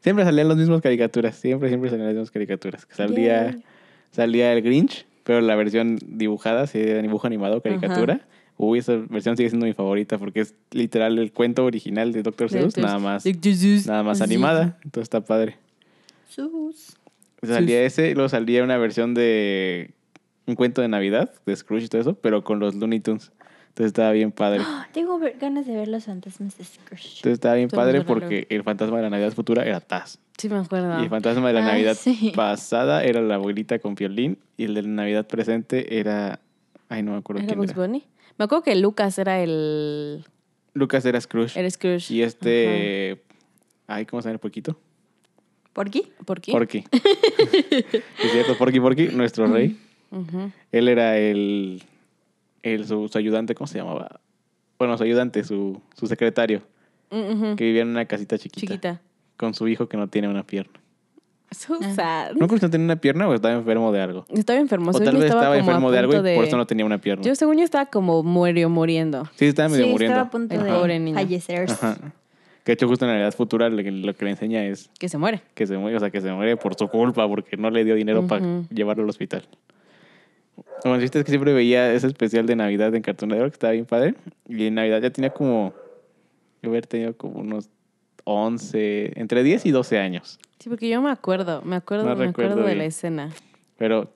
Speaker 3: Siempre salían las mismas caricaturas, siempre, siempre salían las mismas caricaturas. Que Salía,
Speaker 4: Yay.
Speaker 3: salía el Grinch, pero la versión dibujada, sí, de dibujo animado, caricatura. Uy, esa versión sigue siendo mi favorita porque es literal el cuento original de Dr. Seuss, nada más, nada más animada. Entonces está padre.
Speaker 4: Sus.
Speaker 3: Salía ese, y luego salía una versión de un cuento de Navidad, de Scrooge y todo eso, pero con los Looney Tunes. Entonces estaba bien padre.
Speaker 4: Ah, Tengo ver- ganas de ver los fantasmas de Scrooge.
Speaker 3: Entonces estaba bien
Speaker 2: Todo el
Speaker 3: padre
Speaker 2: mundo raro.
Speaker 3: porque el fantasma de la Navidad futura era Taz.
Speaker 2: Sí, me acuerdo.
Speaker 3: Y el fantasma de la
Speaker 4: Ah,
Speaker 3: Navidad
Speaker 4: sí.
Speaker 3: pasada era la abuelita con violín. Y el de la Navidad presente era... Ay, no me acuerdo
Speaker 2: ¿Era
Speaker 3: quién
Speaker 2: Bugs
Speaker 3: era.
Speaker 2: Bunny? Me acuerdo que Lucas era el.
Speaker 3: Lucas era Scrooge.
Speaker 2: Era Scrooge.
Speaker 3: Y este... Ay, ¿cómo se llama el poquito?
Speaker 4: ¿Por qué?
Speaker 2: Ajá. ¿Por qué?
Speaker 3: Porky. es cierto, Porky Porky, nuestro rey.
Speaker 2: Ujú.
Speaker 3: Él era el, el- su, su ayudante, ¿cómo se llamaba? Bueno, su ayudante, su, su secretario,
Speaker 2: Ujú.
Speaker 3: que vivía en una casita chiquita,
Speaker 2: Chiquita.
Speaker 3: con su hijo que no tiene una pierna.
Speaker 2: Susan.
Speaker 3: No creo que no tenía una pierna o estaba enfermo de algo.
Speaker 2: Estaba enfermo.
Speaker 3: O
Speaker 2: según
Speaker 3: tal
Speaker 2: yo
Speaker 3: vez estaba
Speaker 2: como a
Speaker 3: enfermo de algo y
Speaker 2: punto
Speaker 3: por
Speaker 2: de-
Speaker 3: eso no tenía una pierna.
Speaker 2: Yo, según yo, estaba como murió, muriendo.
Speaker 3: Sí, estaba medio
Speaker 4: sí,
Speaker 3: muriendo.
Speaker 4: estaba a punto
Speaker 2: El
Speaker 4: de
Speaker 2: pobre niño.
Speaker 4: fallecer.
Speaker 3: Ajá. Que de hecho justo en la edad futura lo que, lo que le enseña es
Speaker 2: Que se muere.
Speaker 3: que se muere, o sea, que se muere por su culpa porque no le dio dinero para
Speaker 2: Ujú.
Speaker 3: llevarlo al hospital. Bueno, el chiste es que siempre veía ese especial de Navidad en Cartoon Network, que estaba bien padre. Y en Navidad ya tenía como, yo haber tenido como unos 11, entre 10 y 12 años.
Speaker 2: Sí, porque yo me acuerdo, me acuerdo,
Speaker 3: No
Speaker 2: me
Speaker 3: recuerdo
Speaker 2: acuerdo de la
Speaker 3: bien.
Speaker 2: escena.
Speaker 3: Pero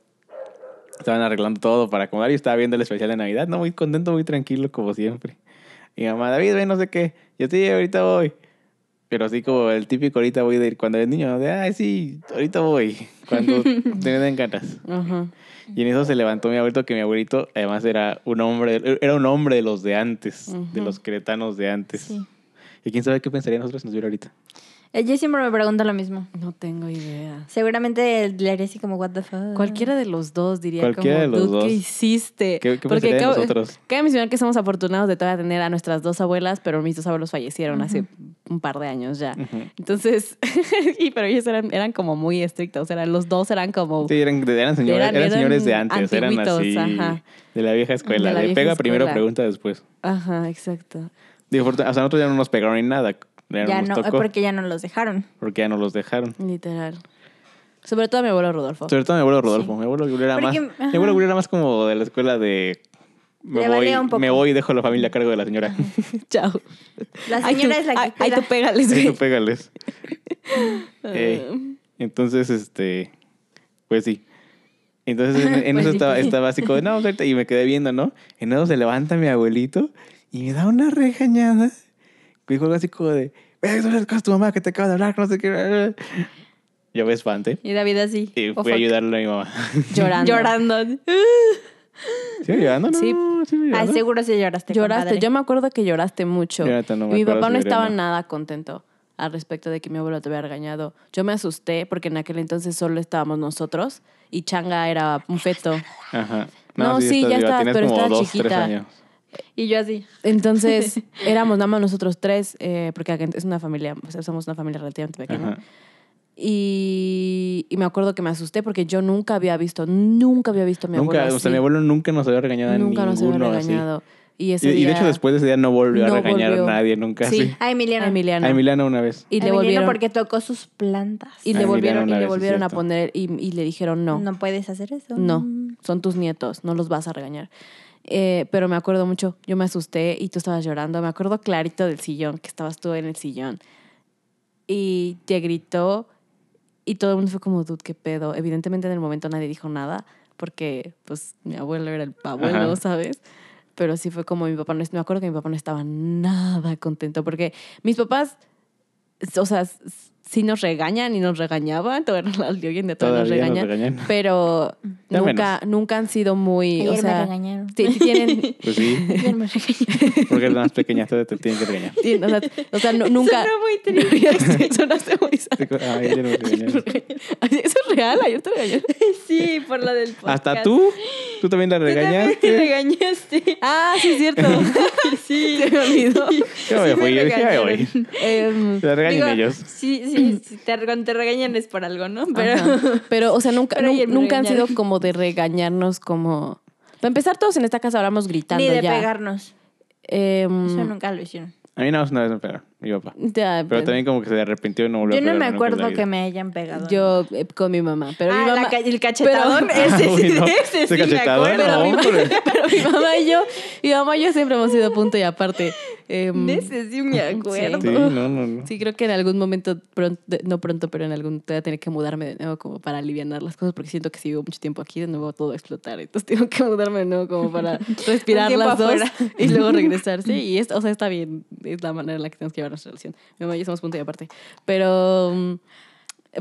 Speaker 3: estaban arreglando todo para acomodar. Yo estaba viendo el especial de Navidad, no muy contento, muy tranquilo, como siempre. Y mi mamá, David, ven, no sé qué. Yo sí, ahorita voy. Pero así como el típico ahorita voy de cuando eres niño, de ay, sí, ahorita voy. Cuando te den ganas.
Speaker 2: Ajá.
Speaker 3: Y en eso se levantó mi abuelito, que mi abuelito además era un hombre, era un hombre de los de antes, de
Speaker 2: Ujú.
Speaker 3: los cretanos de antes.
Speaker 4: Sí.
Speaker 3: Y quién sabe qué pensaría nosotros si nos viera ahorita.
Speaker 4: Eh, Yo siempre me pregunto lo mismo.
Speaker 2: No tengo idea.
Speaker 4: Seguramente le haré así como, what the fuck.
Speaker 2: Cualquiera de los dos diría
Speaker 3: Cualquiera
Speaker 2: como,
Speaker 3: de los
Speaker 2: "Dude,
Speaker 3: dos.
Speaker 2: ¿qué hiciste?
Speaker 3: ¿Qué, qué pensaría de
Speaker 2: cabe-
Speaker 3: nosotros?
Speaker 2: Cabe mencionar que somos afortunados de todavía tener a nuestras dos abuelas, pero mis dos abuelos fallecieron hace un par de años ya.
Speaker 3: Ujú.
Speaker 2: Entonces, y, pero ellos eran, eran como muy estrictos, eran, los dos eran como...
Speaker 3: Sí, eran, eran señores,
Speaker 2: Eran-
Speaker 3: eran
Speaker 2: eran
Speaker 3: señores de antes, eran así,
Speaker 2: antiguitos, ajá.
Speaker 3: de la vieja escuela.
Speaker 2: De la
Speaker 3: De
Speaker 2: vieja
Speaker 3: pega primero,
Speaker 2: escuela.
Speaker 3: pregunta después.
Speaker 2: Ajá, exacto.
Speaker 3: Digo, por- o sea, nosotros ya no nos pegaron ni nada, ya no
Speaker 4: Ya
Speaker 3: nos
Speaker 4: no,
Speaker 3: tocó, porque...
Speaker 4: porque ya no los dejaron.
Speaker 3: ya no los dejaron.
Speaker 2: Literal. Sobre todo a mi abuelo Rodolfo.
Speaker 3: Sobre todo mi abuelo Rodolfo, mi abuelo Julio era
Speaker 4: Porque-
Speaker 3: más, mi abuelo Julio era más como de la escuela de... Me
Speaker 4: Le
Speaker 3: voy,
Speaker 4: valía un poco.
Speaker 3: me voy y dejo la familia a cargo de la señora.
Speaker 2: Chao.
Speaker 4: La
Speaker 2: Ay,
Speaker 4: señora
Speaker 2: tú-
Speaker 4: es la
Speaker 2: ay,
Speaker 4: que
Speaker 2: Ay,
Speaker 4: cuida.
Speaker 2: tú pégales,
Speaker 3: Sí, eh.
Speaker 2: güey.
Speaker 3: no pégales. Ey, entonces, este, pues sí. Entonces en, en
Speaker 4: Pues
Speaker 3: eso
Speaker 4: sí.
Speaker 3: estaba, estaba así como, no, pues ahorita", y me quedé viendo, ¿no? En eso se levanta mi abuelito y me da una regañada. que Dijo algo así como de, ve, no le hagas caso a tu mamá que te acaba de hablar, que no sé qué. Yo me espanté
Speaker 4: Y David así.
Speaker 3: y
Speaker 4: oh,
Speaker 3: fui
Speaker 4: fuck.
Speaker 3: a ayudarle a mi mamá.
Speaker 2: Llorando.
Speaker 4: Llorando.
Speaker 3: ¿Sí llorando? No,
Speaker 2: Sí.
Speaker 3: sí, me
Speaker 4: Ah,
Speaker 3: llorando.
Speaker 4: seguro sí lloraste.
Speaker 2: Lloraste.
Speaker 4: compadre.
Speaker 2: Yo me acuerdo que lloraste mucho.
Speaker 3: Yo ahorita no me
Speaker 2: y mi
Speaker 3: acuerdo
Speaker 2: papá
Speaker 3: si
Speaker 2: no
Speaker 3: lloré o
Speaker 2: estaba
Speaker 3: no.
Speaker 2: nada contento al respecto de que mi abuelo te había regañado. Yo me asusté porque en aquel entonces solo estábamos nosotros y Changa era un feto.
Speaker 3: Ajá.
Speaker 2: No, sí, ya
Speaker 3: estás viva.
Speaker 2: estabas,
Speaker 3: Tienes
Speaker 2: pero
Speaker 3: como
Speaker 2: estabas
Speaker 3: dos, tres
Speaker 2: chiquita.
Speaker 3: años.
Speaker 4: Y yo así.
Speaker 2: Entonces éramos nada más nosotros tres, eh, porque es una familia, o sea, somos una familia relativamente pequeña.
Speaker 3: Ajá.
Speaker 2: Y, y me acuerdo que me asusté porque yo nunca había visto, nunca había visto a mi
Speaker 3: nunca,
Speaker 2: abuelo.
Speaker 3: o sea,
Speaker 2: así.
Speaker 3: mi abuelo nunca nos había regañado en
Speaker 2: nunca nos había
Speaker 3: ninguno así.
Speaker 2: regañado. Y,
Speaker 3: Y,
Speaker 2: ese
Speaker 3: y de hecho
Speaker 2: día-
Speaker 3: después de ese día no volvió
Speaker 2: No
Speaker 3: a regañar
Speaker 2: volvió.
Speaker 3: a nadie nunca
Speaker 2: Sí.
Speaker 3: así.
Speaker 4: A Emiliano.
Speaker 2: a Emiliano.
Speaker 3: A Emiliano una vez.
Speaker 2: Y le
Speaker 4: Emiliano
Speaker 2: volvieron,
Speaker 4: porque tocó sus plantas.
Speaker 2: y
Speaker 3: Ah,
Speaker 2: le
Speaker 3: Emiliano
Speaker 2: volvieron, y
Speaker 3: una
Speaker 2: le
Speaker 3: vez, es
Speaker 2: volvieron a
Speaker 3: cierto.
Speaker 2: poner y, y le dijeron no.
Speaker 4: no. puedes hacer eso. Mm.
Speaker 2: No, son tus nietos, no los vas a regañar. Eh, pero me acuerdo mucho, yo me asusté y tú estabas llorando. Me acuerdo clarito del sillón, que estabas tú en el sillón. Y te gritó y todo el mundo fue como, dude, qué pedo. Evidentemente en el momento nadie dijo nada porque pues mi abuelo era el abuelo,
Speaker 3: Ajá.
Speaker 2: ¿sabes? Pero sí fue como mi papá, no, me acuerdo que mi papá no estaba nada contento porque mis papás, o sea, s- sí nos regañan y nos regañaban, todavía alguien de todos nos
Speaker 3: Todavía
Speaker 2: regaña
Speaker 3: nos regañan.
Speaker 2: pero
Speaker 3: Ya
Speaker 2: nunca, nunca han sido muy,
Speaker 4: Ayer
Speaker 2: o
Speaker 4: me
Speaker 2: sea,
Speaker 4: regañaron.
Speaker 2: sí- sí tienen,
Speaker 3: Pues sí,
Speaker 4: Ayer me regañaron.
Speaker 3: porque las más pequeñas te, te tienen que regañar.
Speaker 2: tienen- o sea, o sea, no- nunca.
Speaker 4: Sonó muy triste.
Speaker 2: Ya sé, sonaste muy sad.
Speaker 3: Ay, ya no me regañaron.
Speaker 2: Ay, Eso es real, ayer te regañé.
Speaker 4: sí, por lo del podcast.
Speaker 3: Hasta tú, tú también la
Speaker 4: Tú también
Speaker 3: regañaste.
Speaker 4: te regañaste.
Speaker 2: Ah, sí, es cierto.
Speaker 4: Sí.
Speaker 2: Se me olvidó.
Speaker 3: Yo me
Speaker 4: Sí me
Speaker 3: fui, yo dije, ya me
Speaker 4: regañaron.
Speaker 3: voy.
Speaker 2: Em,
Speaker 3: La regañan
Speaker 4: Digo,
Speaker 3: ellos.
Speaker 4: Sí, sí, sí, te, cuando te regañan es por algo, ¿no? Pero
Speaker 2: ajá. pero, o sea, nunca,
Speaker 4: Pero
Speaker 2: nun-
Speaker 4: ayer me
Speaker 2: nunca han sido
Speaker 4: regañaron.
Speaker 2: como de regañarnos como. Para empezar, todos en esta casa hablamos gritando
Speaker 4: ni de
Speaker 2: ya.
Speaker 4: pegarnos.
Speaker 2: Em,
Speaker 4: Eso nunca lo hicieron.
Speaker 3: A mí nada más una vez me pegaron, mi papá.
Speaker 2: ya, em,
Speaker 3: Pero también como que se arrepintió y no
Speaker 4: Yo
Speaker 3: volvió a
Speaker 4: no
Speaker 3: pegarme
Speaker 4: me
Speaker 3: nunca en la
Speaker 4: acuerdo
Speaker 3: vida.
Speaker 4: que me hayan pegado.
Speaker 2: Yo eh, con mi mamá. Pero mi
Speaker 4: ah, la
Speaker 2: mamá-
Speaker 4: ca- el cachetadón.
Speaker 2: Pero-
Speaker 4: ese,
Speaker 3: Uy,
Speaker 4: sí,
Speaker 3: no.
Speaker 4: ese
Speaker 3: Ese
Speaker 4: sí me
Speaker 3: cachetadón,
Speaker 4: acuerdo.
Speaker 3: no,
Speaker 2: Mm.
Speaker 3: hombre.
Speaker 2: Pero mi mamá y yo, mi mamá y yo siempre hemos sido punto y aparte. Em,
Speaker 4: De ese sí me acuerdo.
Speaker 3: Sí, no, no, no.
Speaker 2: sí, creo que en algún momento, pronto, no pronto, pero en algún voy a tener que mudarme de nuevo como para aliviar las cosas, porque siento que si vivo mucho tiempo aquí, de nuevo todo va a explotar. Entonces tengo que mudarme de nuevo como para respirar
Speaker 4: tiempo
Speaker 2: las dos
Speaker 4: afuera.
Speaker 2: y luego regresar. Sí, y es, o sea, está bien, es la manera en la que tenemos que llevar nuestra relación. Mi mamá y yo somos punto y aparte. Pero... mm,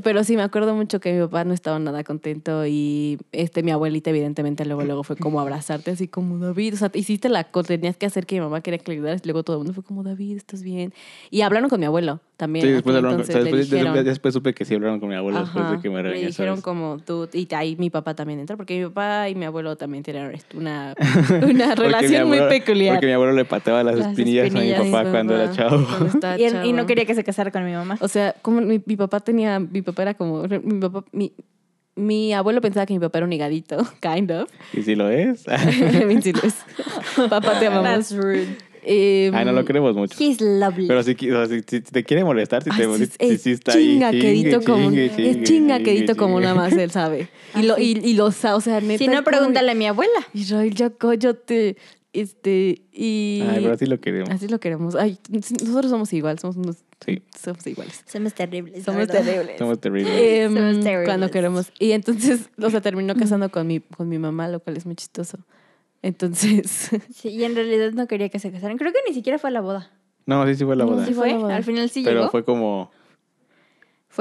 Speaker 2: Pero sí, me acuerdo mucho que mi papá no estaba nada contento y este, mi abuelita evidentemente luego, luego fue como abrazarte así como David, o sea, te hiciste la cosa, tenías que hacer que mi mamá quería que le ayudaras y luego todo el mundo fue como David, estás bien. Y hablaron con mi abuelo también.
Speaker 3: Sí, después,
Speaker 2: aquí,
Speaker 3: hablaron, con- o sea,
Speaker 2: entonces le
Speaker 3: después,
Speaker 2: dijeron-
Speaker 3: después- después supe que sí hablaron con mi abuelo después
Speaker 2: Ajá,
Speaker 3: de que me
Speaker 2: le
Speaker 3: regañaron.
Speaker 2: dijeron como tú, y ahí mi papá también entró, porque mi papá y mi abuelo también tienen una, una relación muy peculiar.
Speaker 3: Porque mi abuelo le pateaba las,
Speaker 4: Las
Speaker 3: espinillas,
Speaker 4: espinillas
Speaker 3: a
Speaker 4: de mi
Speaker 3: mi papá cuando era chavo.
Speaker 2: Cuando estaba
Speaker 4: Y, él- y
Speaker 2: chavo.
Speaker 4: no quería que se casara con mi mamá.
Speaker 2: O sea, como mi, mi papá tenía, mi papá era como, mi papá, mi, mi abuelo pensaba que mi papá era un higadito, kind of.
Speaker 3: ¿Y si lo es?
Speaker 2: Mentiras. papá te amamos.
Speaker 4: That's rude.
Speaker 2: Eh,
Speaker 3: Ay, no lo queremos mucho.
Speaker 4: He's lovely.
Speaker 3: Pero si, o sea, si, si te quiere molestar, si
Speaker 2: ay,
Speaker 3: te
Speaker 2: sí,
Speaker 3: molesta,
Speaker 2: es
Speaker 3: si, si está ahí.
Speaker 2: chinga quedito
Speaker 3: chingue,
Speaker 2: como,
Speaker 3: chingue,
Speaker 2: es
Speaker 3: chingue,
Speaker 2: chinga quedito
Speaker 3: chingue,
Speaker 2: como
Speaker 3: chingue.
Speaker 2: nada más él sabe. Y lo, y, y lo sa- o sea, neta.
Speaker 4: Ah, si no,
Speaker 2: es como-
Speaker 4: pregúntale a mi abuela.
Speaker 2: Israel, ya cállate. Este, y.
Speaker 3: Ay, pero así lo queremos.
Speaker 2: Así lo queremos. Ay, nosotros somos igual, somos unos
Speaker 3: Sí,
Speaker 2: Somos iguales.
Speaker 4: Somos terribles. la
Speaker 2: Somos
Speaker 4: verdad.
Speaker 2: terribles.
Speaker 3: somos terribles.
Speaker 2: Em,
Speaker 4: Somos terribles.
Speaker 2: cuando queremos. Y entonces, o sea, terminó casando con mi, con mi mamá, lo cual es muy chistoso. Entonces,
Speaker 4: Sí, y en realidad no quería que se casaran. Creo que ni siquiera fue a la boda.
Speaker 3: No, sí, sí fue la
Speaker 2: No,
Speaker 3: boda.
Speaker 2: sí
Speaker 4: ¿Fue?
Speaker 2: a la boda.
Speaker 4: Al final sí
Speaker 3: pero
Speaker 4: llegó. Fue,
Speaker 3: fue como,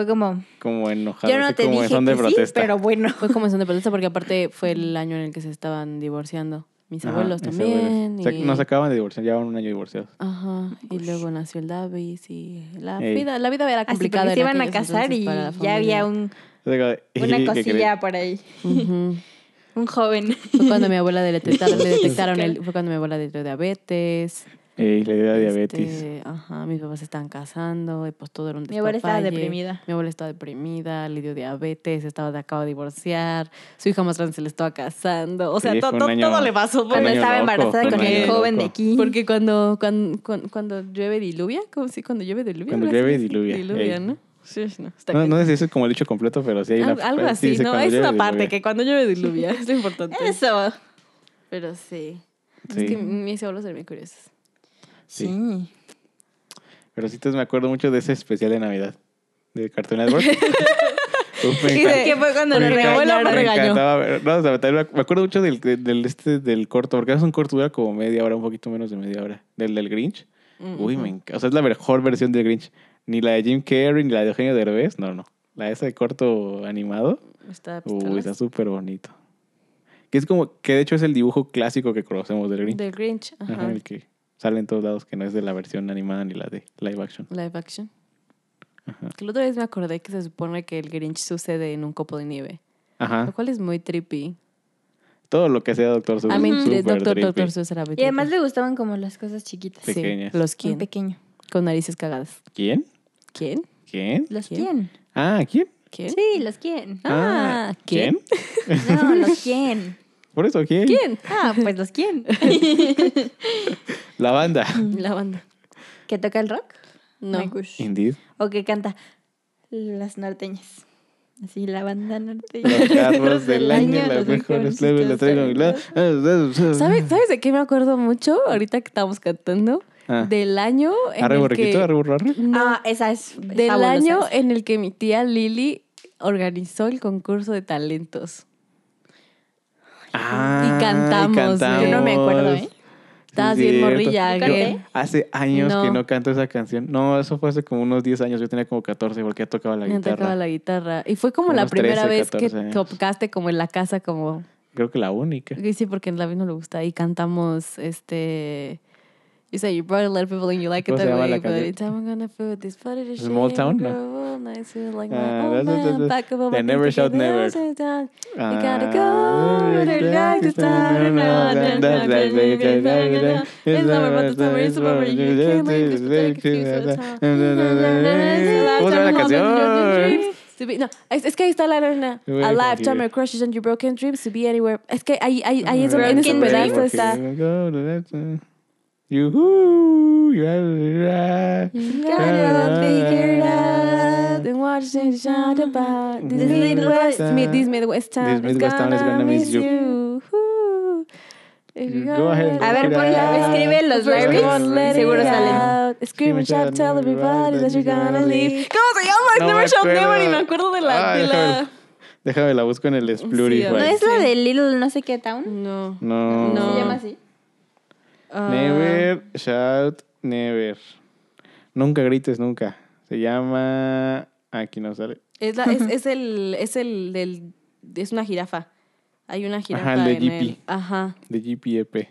Speaker 4: como,
Speaker 3: como enojado.
Speaker 4: yo no
Speaker 3: así
Speaker 4: te
Speaker 3: como
Speaker 4: dije
Speaker 3: en son de
Speaker 4: que sí,
Speaker 3: protesta.
Speaker 4: pero bueno.
Speaker 2: fue como son de protesta porque aparte fue el año en el que se estaban divorciando. Mis
Speaker 3: Ajá,
Speaker 2: abuelos
Speaker 3: mis
Speaker 2: también.
Speaker 3: abuelos. Se-
Speaker 2: y-
Speaker 3: Nos acaban de divorciar, llevan un año divorciados.
Speaker 2: Ajá, y luego nació el Davis y la
Speaker 3: Ey.
Speaker 2: vida, la vida era
Speaker 4: Así
Speaker 2: complicada.
Speaker 4: porque se
Speaker 2: en
Speaker 4: iban a
Speaker 2: aquellos
Speaker 4: casar
Speaker 2: entonces
Speaker 4: y
Speaker 2: para la
Speaker 4: ya había
Speaker 2: familia.
Speaker 4: un,
Speaker 3: ¿Qué
Speaker 4: una
Speaker 3: crees?
Speaker 4: cosilla por ahí.
Speaker 2: Ujú.
Speaker 4: Un joven.
Speaker 2: Fue cuando mi abuela le detectaron, le detectaron el, fue cuando mi abuela le dio diabetes.
Speaker 3: Ey, le dio diabetes.
Speaker 2: Este, ajá, mis papás se estaban casando y pues todo era un
Speaker 4: Mi abuela estaba
Speaker 2: despapalle.
Speaker 4: deprimida.
Speaker 2: Mi abuela estaba deprimida, le dio diabetes, estaba de acaba de divorciar, su hija más grande se le estaba casando. O sea,
Speaker 3: Sí,
Speaker 2: to-
Speaker 3: fue un
Speaker 2: to-
Speaker 3: año-
Speaker 2: todo le pasó.
Speaker 3: fue un
Speaker 4: Cuando
Speaker 3: año
Speaker 4: estaba
Speaker 3: loco,
Speaker 4: embarazada
Speaker 3: fue
Speaker 4: con
Speaker 3: un
Speaker 4: el
Speaker 3: año
Speaker 4: joven de
Speaker 3: loco.
Speaker 4: aquí.
Speaker 2: Porque cuando, cuando, cuando, cuando llueve diluvia, ¿cómo sí? Cuando llueve diluvia.
Speaker 3: Cuando
Speaker 2: algo así
Speaker 3: llueve,
Speaker 2: es.
Speaker 3: diluvia,
Speaker 2: Diluvia,
Speaker 3: ey.
Speaker 2: ¿no? Sí, no. está
Speaker 3: No, no
Speaker 2: cañón.
Speaker 3: sé si eso es como el dicho completo, pero sí hay una.
Speaker 2: Al- algo
Speaker 3: sí
Speaker 2: así,
Speaker 3: dice
Speaker 2: ¿no?
Speaker 3: cuando
Speaker 2: Es
Speaker 3: llueve,
Speaker 2: una parte,
Speaker 3: diluvia.
Speaker 2: que cuando llueve diluvia, es lo importante.
Speaker 4: Eso.
Speaker 2: Pero sí.
Speaker 3: Sí.
Speaker 2: Es que mm, mis abuelos eran bien curiosos.
Speaker 3: Sí.
Speaker 4: Sí.
Speaker 3: Pero sí, entonces me acuerdo mucho de ese especial de Navidad de Cartoon Network. Uf, me
Speaker 4: Y
Speaker 3: encanta-
Speaker 4: de- que fue cuando
Speaker 3: me
Speaker 4: lo
Speaker 3: encanta-
Speaker 2: regañaron.
Speaker 3: me
Speaker 2: regañó.
Speaker 3: encantaba ver- no, o sea, también me acuerdo mucho del, del, este, del corto, porque es un corto dura como media hora, un poquito menos de media hora. Del del Grinch.
Speaker 4: Mm,
Speaker 3: Uy, me encanta. O sea, es la mejor versión del Grinch. Ni la de Jim Carrey, ni la de Eugenio Derbez. No, no. La de ese corto animado.
Speaker 2: Está
Speaker 3: Uy, está súper bonito. Que es como, que de hecho es el dibujo clásico que conocemos del Grinch.
Speaker 2: Del Grinch. Ajá.
Speaker 3: Ajá, el que sale en todos lados, que no es de la versión animada ni la de live action.
Speaker 2: Live action.
Speaker 3: Ajá.
Speaker 2: Que la otra vez me acordé que se supone que el Grinch sucede en un copo de nieve. Lo
Speaker 3: Ajá.
Speaker 2: cual es muy trippy.
Speaker 3: Todo lo que sea Doctor Seuss.
Speaker 2: A mí,
Speaker 3: súper
Speaker 2: Ah, Doctor,
Speaker 3: trippy.
Speaker 2: Doctor Seuss era muy
Speaker 4: Y además
Speaker 2: trippy.
Speaker 4: le gustaban como las cosas chiquitas.
Speaker 2: Sí,
Speaker 3: Pequeñas.
Speaker 2: los
Speaker 4: En
Speaker 2: quién.
Speaker 4: pequeño.
Speaker 2: Con narices cagadas.
Speaker 3: ¿Quién?
Speaker 2: ¿Quién?
Speaker 3: ¿Quién?
Speaker 4: ¿Los
Speaker 2: ¿Quién?
Speaker 4: quién?
Speaker 3: Ah, ¿quién?
Speaker 2: ¿Quién?
Speaker 4: Sí, los quién.
Speaker 2: Ah, ¿quién?
Speaker 4: No, los quién.
Speaker 3: Por eso, ¿quién?
Speaker 2: ¿Quién?
Speaker 4: Ah, pues los quién.
Speaker 3: La banda.
Speaker 2: La banda.
Speaker 4: ¿Que toca el rock?
Speaker 2: No.
Speaker 4: My gosh.
Speaker 3: Indeed.
Speaker 4: O que canta las norteñas. Así, la banda norteña.
Speaker 3: Los carros del año, las
Speaker 4: los
Speaker 3: mejores leves, las traigo a mi lado.
Speaker 2: ¿Sabes, ¿Sabes de qué me acuerdo mucho ahorita que estábamos cantando?
Speaker 3: Ah.
Speaker 2: Del año en
Speaker 3: Arre
Speaker 2: el que...
Speaker 3: borriquito, arre burro, arre.
Speaker 2: No,
Speaker 4: Ah, esa es. es
Speaker 2: del
Speaker 4: fabulosa
Speaker 2: año
Speaker 4: esa.
Speaker 2: en el que mi tía Lili organizó el concurso de talentos.
Speaker 3: Ah,
Speaker 2: cantamos,
Speaker 4: Yo no me acuerdo, ¿eh?
Speaker 2: Estabas
Speaker 3: Sí,
Speaker 2: bien
Speaker 3: cierto.
Speaker 2: morrilla,
Speaker 4: ¿Yo
Speaker 2: güey.
Speaker 4: canté?
Speaker 3: Hace años que
Speaker 2: No.
Speaker 3: no canto esa canción. No, eso fue hace como unos 10 años. Yo tenía como 14 porque ya tocaba la
Speaker 2: Me
Speaker 3: guitarra.
Speaker 2: tocaba la guitarra. Y fue como la
Speaker 3: Unos
Speaker 2: primera
Speaker 3: 13,
Speaker 2: vez
Speaker 3: 14
Speaker 2: que
Speaker 3: años.
Speaker 2: tocaste como en la casa, como...
Speaker 3: Creo que la única.
Speaker 2: Y Sí, porque en la vez no le gusta. Y cantamos, este... You say you brought a lot of people and you like it
Speaker 3: ¿Cómo se
Speaker 2: that
Speaker 3: llama
Speaker 2: way,
Speaker 3: la
Speaker 2: but
Speaker 3: canción?
Speaker 2: it's I'm gonna put this part of the
Speaker 3: Small
Speaker 2: shame,
Speaker 3: Town, no.
Speaker 2: grow all nice, you like my
Speaker 3: Ah,
Speaker 2: old
Speaker 3: that's- that's-
Speaker 2: man,
Speaker 3: that's-
Speaker 2: pack up all my
Speaker 3: They
Speaker 2: things
Speaker 3: never shout
Speaker 2: together,
Speaker 3: never.
Speaker 2: sit down.
Speaker 3: Ah,
Speaker 2: gotta go
Speaker 4: Oh,
Speaker 2: where the light is shining on. It's summer, but the summer is over. You can't let this take excuse for the time.
Speaker 3: ¿Cómo se llama la canción?
Speaker 2: To be- no, es, es que ahí está la arena.
Speaker 3: Güey,
Speaker 2: A
Speaker 3: como
Speaker 2: lifetime
Speaker 3: que-
Speaker 2: of crushes and your broken dreams to be anywhere. Es que ahí, ahí, ahí es donde en ese
Speaker 4: Broken
Speaker 2: pedazo
Speaker 4: dreams.
Speaker 2: está.
Speaker 3: Yuhu, yara.
Speaker 2: You
Speaker 3: gotta figure it out
Speaker 2: And watch it shine about. This
Speaker 3: This
Speaker 2: Midwest,
Speaker 3: Midwest-
Speaker 2: mid, this Midwest town
Speaker 3: This
Speaker 2: is
Speaker 3: Midwest town
Speaker 2: gonna,
Speaker 3: is gonna
Speaker 2: miss
Speaker 3: miss
Speaker 2: you.
Speaker 3: you.
Speaker 2: Woo. If
Speaker 3: You
Speaker 2: you
Speaker 3: go
Speaker 2: gotta
Speaker 3: ahead and
Speaker 4: A ver,
Speaker 2: figure
Speaker 4: pon
Speaker 2: it
Speaker 4: la-
Speaker 2: out.
Speaker 4: escribe los
Speaker 2: First
Speaker 3: lyrics,
Speaker 2: one, let it
Speaker 4: seguro salen.
Speaker 2: out. Scream and shout, tell everybody that you're gonna leave. ¿Cómo se llama?
Speaker 3: No
Speaker 2: never
Speaker 3: me
Speaker 2: shout never.
Speaker 3: acuerdo.
Speaker 2: Y me acuerdo de la.
Speaker 3: Ah,
Speaker 2: de
Speaker 3: déjame
Speaker 2: la...
Speaker 3: Déjame la busco en el Splurify.
Speaker 4: ¿No
Speaker 2: Ay,
Speaker 4: es la
Speaker 3: pues.
Speaker 2: sí.
Speaker 4: de Little no sé qué town?
Speaker 2: No.
Speaker 3: No.
Speaker 2: No.
Speaker 4: ¿Se llama así?
Speaker 2: Ah,
Speaker 3: Never shout never. Nunca grites nunca. Se llama. Aquí no sale.
Speaker 2: Ah, Es, la- es, es el. Es el del. Es una jirafa. Hay una jirafa.
Speaker 3: el de
Speaker 2: en
Speaker 3: Jeepy.
Speaker 2: el- Ajá.
Speaker 3: De GPEP.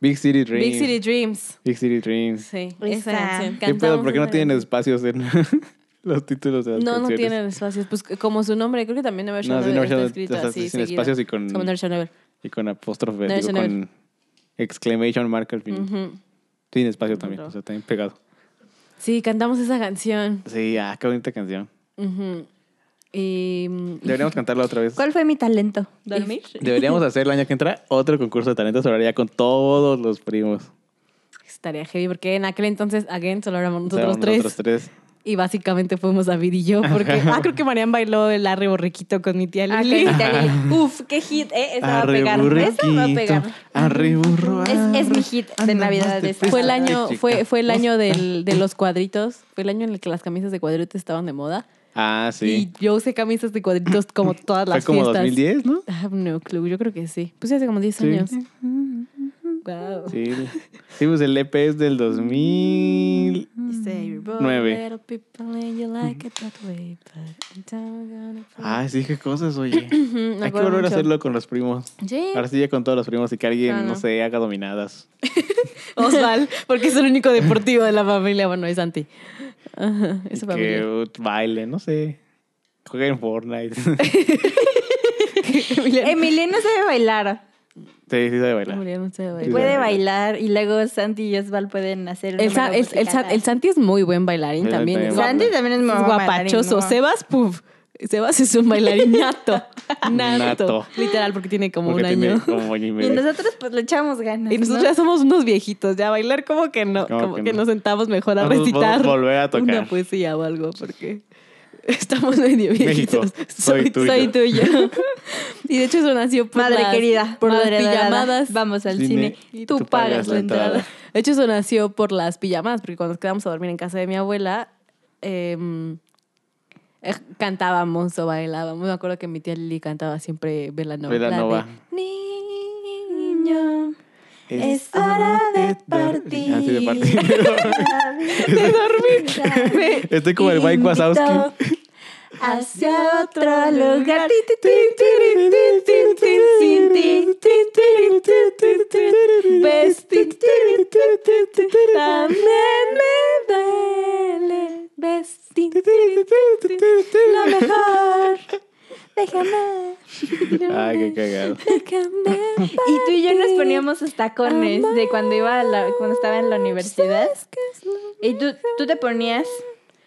Speaker 3: Big City Dream.
Speaker 2: Big City Dreams.
Speaker 3: Big City Dreams.
Speaker 2: Sí.
Speaker 4: Esa.
Speaker 2: Esa.
Speaker 4: ¿Qué
Speaker 2: canción.
Speaker 3: ¿Qué pedo? ¿Por qué no
Speaker 2: Cantamos
Speaker 3: tienen
Speaker 2: esa.
Speaker 3: espacios en los títulos de las
Speaker 2: No, no
Speaker 3: canciones?
Speaker 2: tienen espacios. Pues como su nombre, creo que también Never Shall
Speaker 3: No, sí,
Speaker 2: Never
Speaker 3: Never
Speaker 2: está
Speaker 3: Shall-
Speaker 2: escrito
Speaker 3: o sea,
Speaker 2: así.
Speaker 3: sin
Speaker 2: seguido.
Speaker 3: espacios y con,
Speaker 2: Como Never Shall Never.
Speaker 3: y con apóstrofe.
Speaker 2: Never
Speaker 3: digo,
Speaker 2: Shall
Speaker 3: con exclamation mark al final.
Speaker 2: Ujú.
Speaker 3: Sin espacio también.
Speaker 2: No.
Speaker 3: O sea, también pegado.
Speaker 2: Sí, cantamos esa canción.
Speaker 3: Sí, ah, qué bonita canción.
Speaker 2: Ujú. Y. mm,
Speaker 3: Deberíamos cantarla otra vez.
Speaker 4: ¿Cuál fue mi talento?
Speaker 2: ¿Dormir?
Speaker 3: Deberíamos hacer el año que entra otro concurso de talentos ahora ya con todos los primos.
Speaker 2: Estaría heavy porque en aquel entonces, again, solo éramos
Speaker 3: O sea,
Speaker 2: nosotros tres.
Speaker 3: tres.
Speaker 2: Y básicamente fuimos David y yo, porque. ah, creo que Marian bailó el arre borriquito con mi tía
Speaker 4: Ah,
Speaker 2: Lili.
Speaker 4: Clarita Lili. Uf, qué hit, ¿eh? Esa va a
Speaker 3: Arre
Speaker 4: pegar. Esa va a pegar.
Speaker 3: burriquito, arre burro,
Speaker 4: Es- es mi
Speaker 3: arre.
Speaker 4: hit de
Speaker 3: Anda,
Speaker 4: Navidad
Speaker 3: más te
Speaker 4: de este esa.
Speaker 3: fuiste,
Speaker 2: Fue el año,
Speaker 3: Ah, chica.
Speaker 2: fue, fue el año del- de los cuadritos. Fue el año en el que las camisas de cuadritos estaban de moda.
Speaker 3: Ah, sí.
Speaker 2: Y yo usé camisas de cuadritos como todas
Speaker 3: Fue
Speaker 2: las
Speaker 3: como
Speaker 2: fiestas.
Speaker 3: 2010, ¿no?
Speaker 2: Ah, no clue, yo creo que sí. Pues sí, hace como 10
Speaker 3: Sí.
Speaker 2: años. Wow.
Speaker 3: Sí. Sí, pues el EP es del 2000. Nueve.
Speaker 4: Mm.
Speaker 3: Ah, sí, dije cosas, oye. Hay que volver a hacerlo con los primos.
Speaker 2: Sí.
Speaker 3: Ahora sí, ya con todos los primos y que alguien,
Speaker 2: Ah,
Speaker 3: no
Speaker 2: no.
Speaker 3: sé, haga dominadas.
Speaker 2: Osval, porque es el único deportivo de la familia. Bueno, es Santi. Ajá,
Speaker 3: Y
Speaker 2: es su
Speaker 3: que
Speaker 2: familia.
Speaker 3: uh, baile, no sé. Juega en Fortnite. sí,
Speaker 2: Emiliano-
Speaker 4: Emiliano sabe bailar.
Speaker 3: sí, sabe bailar.
Speaker 2: Emiliano se baila.
Speaker 3: Sí,
Speaker 4: Puede
Speaker 3: sabe
Speaker 4: bailar y luego Santi y Osval pueden hacer.
Speaker 2: El, Sa-
Speaker 4: número
Speaker 2: el- el Sa-
Speaker 4: musical.
Speaker 2: el Santi es muy buen bailarín
Speaker 3: Sí,
Speaker 2: también.
Speaker 3: también.
Speaker 2: Es
Speaker 4: Santi también es muy
Speaker 2: es guapachoso.
Speaker 4: bailarín, ¿no?
Speaker 2: Sebas, puf. Sebas es un bailarín nato. nato.
Speaker 3: Nato.
Speaker 2: Literal, porque tiene como
Speaker 3: Porque
Speaker 2: un
Speaker 3: tiene
Speaker 2: año.
Speaker 3: como año y
Speaker 4: Y
Speaker 3: medio.
Speaker 4: nosotros pues le echamos ganas.
Speaker 2: Y nosotros
Speaker 4: ¿no?
Speaker 2: ya somos unos viejitos, ya bailar como que no,
Speaker 3: Como
Speaker 2: como,
Speaker 3: que
Speaker 2: que,
Speaker 3: no.
Speaker 2: nos sentamos mejor a
Speaker 3: Vamos- vamos
Speaker 2: recitar.
Speaker 3: a volver a tocar.
Speaker 2: Una poesía o algo, porque estamos medio viejitos.
Speaker 3: México, soy tuyo.
Speaker 2: soy tuyo. y de hecho eso nació por
Speaker 4: Madre
Speaker 2: pues, las-
Speaker 4: querida,
Speaker 2: por
Speaker 4: madre
Speaker 2: las
Speaker 4: dorada,
Speaker 2: pijamadas.
Speaker 4: Vamos al
Speaker 3: Cine,
Speaker 4: cine.
Speaker 3: y
Speaker 4: y Tú, pagas la entrada.
Speaker 2: De hecho eso nació por las pijamadas, porque cuando nos quedamos a dormir en casa de mi abuela, em, eh, cantábamos o bailábamos. Me acuerdo que mi tía Lili cantaba siempre Velanova. la de
Speaker 3: Belanova.
Speaker 4: Niño,
Speaker 3: Es-
Speaker 4: es hora de
Speaker 3: Así
Speaker 4: partir.
Speaker 3: Ah, de partir.
Speaker 4: de dormir.
Speaker 3: Estoy como el Mike Wazowski.
Speaker 4: Hacia otro lugar. Tin, tin, tin, tin, tin, tin, tin, tin, tin, tin, tin, tin, tin. Ves, tin, tin, tin, tin, tin, tin. También me duele. Ves, tin, tin, tin, tin, tin. Lo mejor. Déjame.
Speaker 3: Ay, qué cagado.
Speaker 2: Déjame
Speaker 4: Y tú y yo nos poníamos los tacones de cuando iba a la- cuando estaba en la universidad. Eh, Y tú, tú te ponías,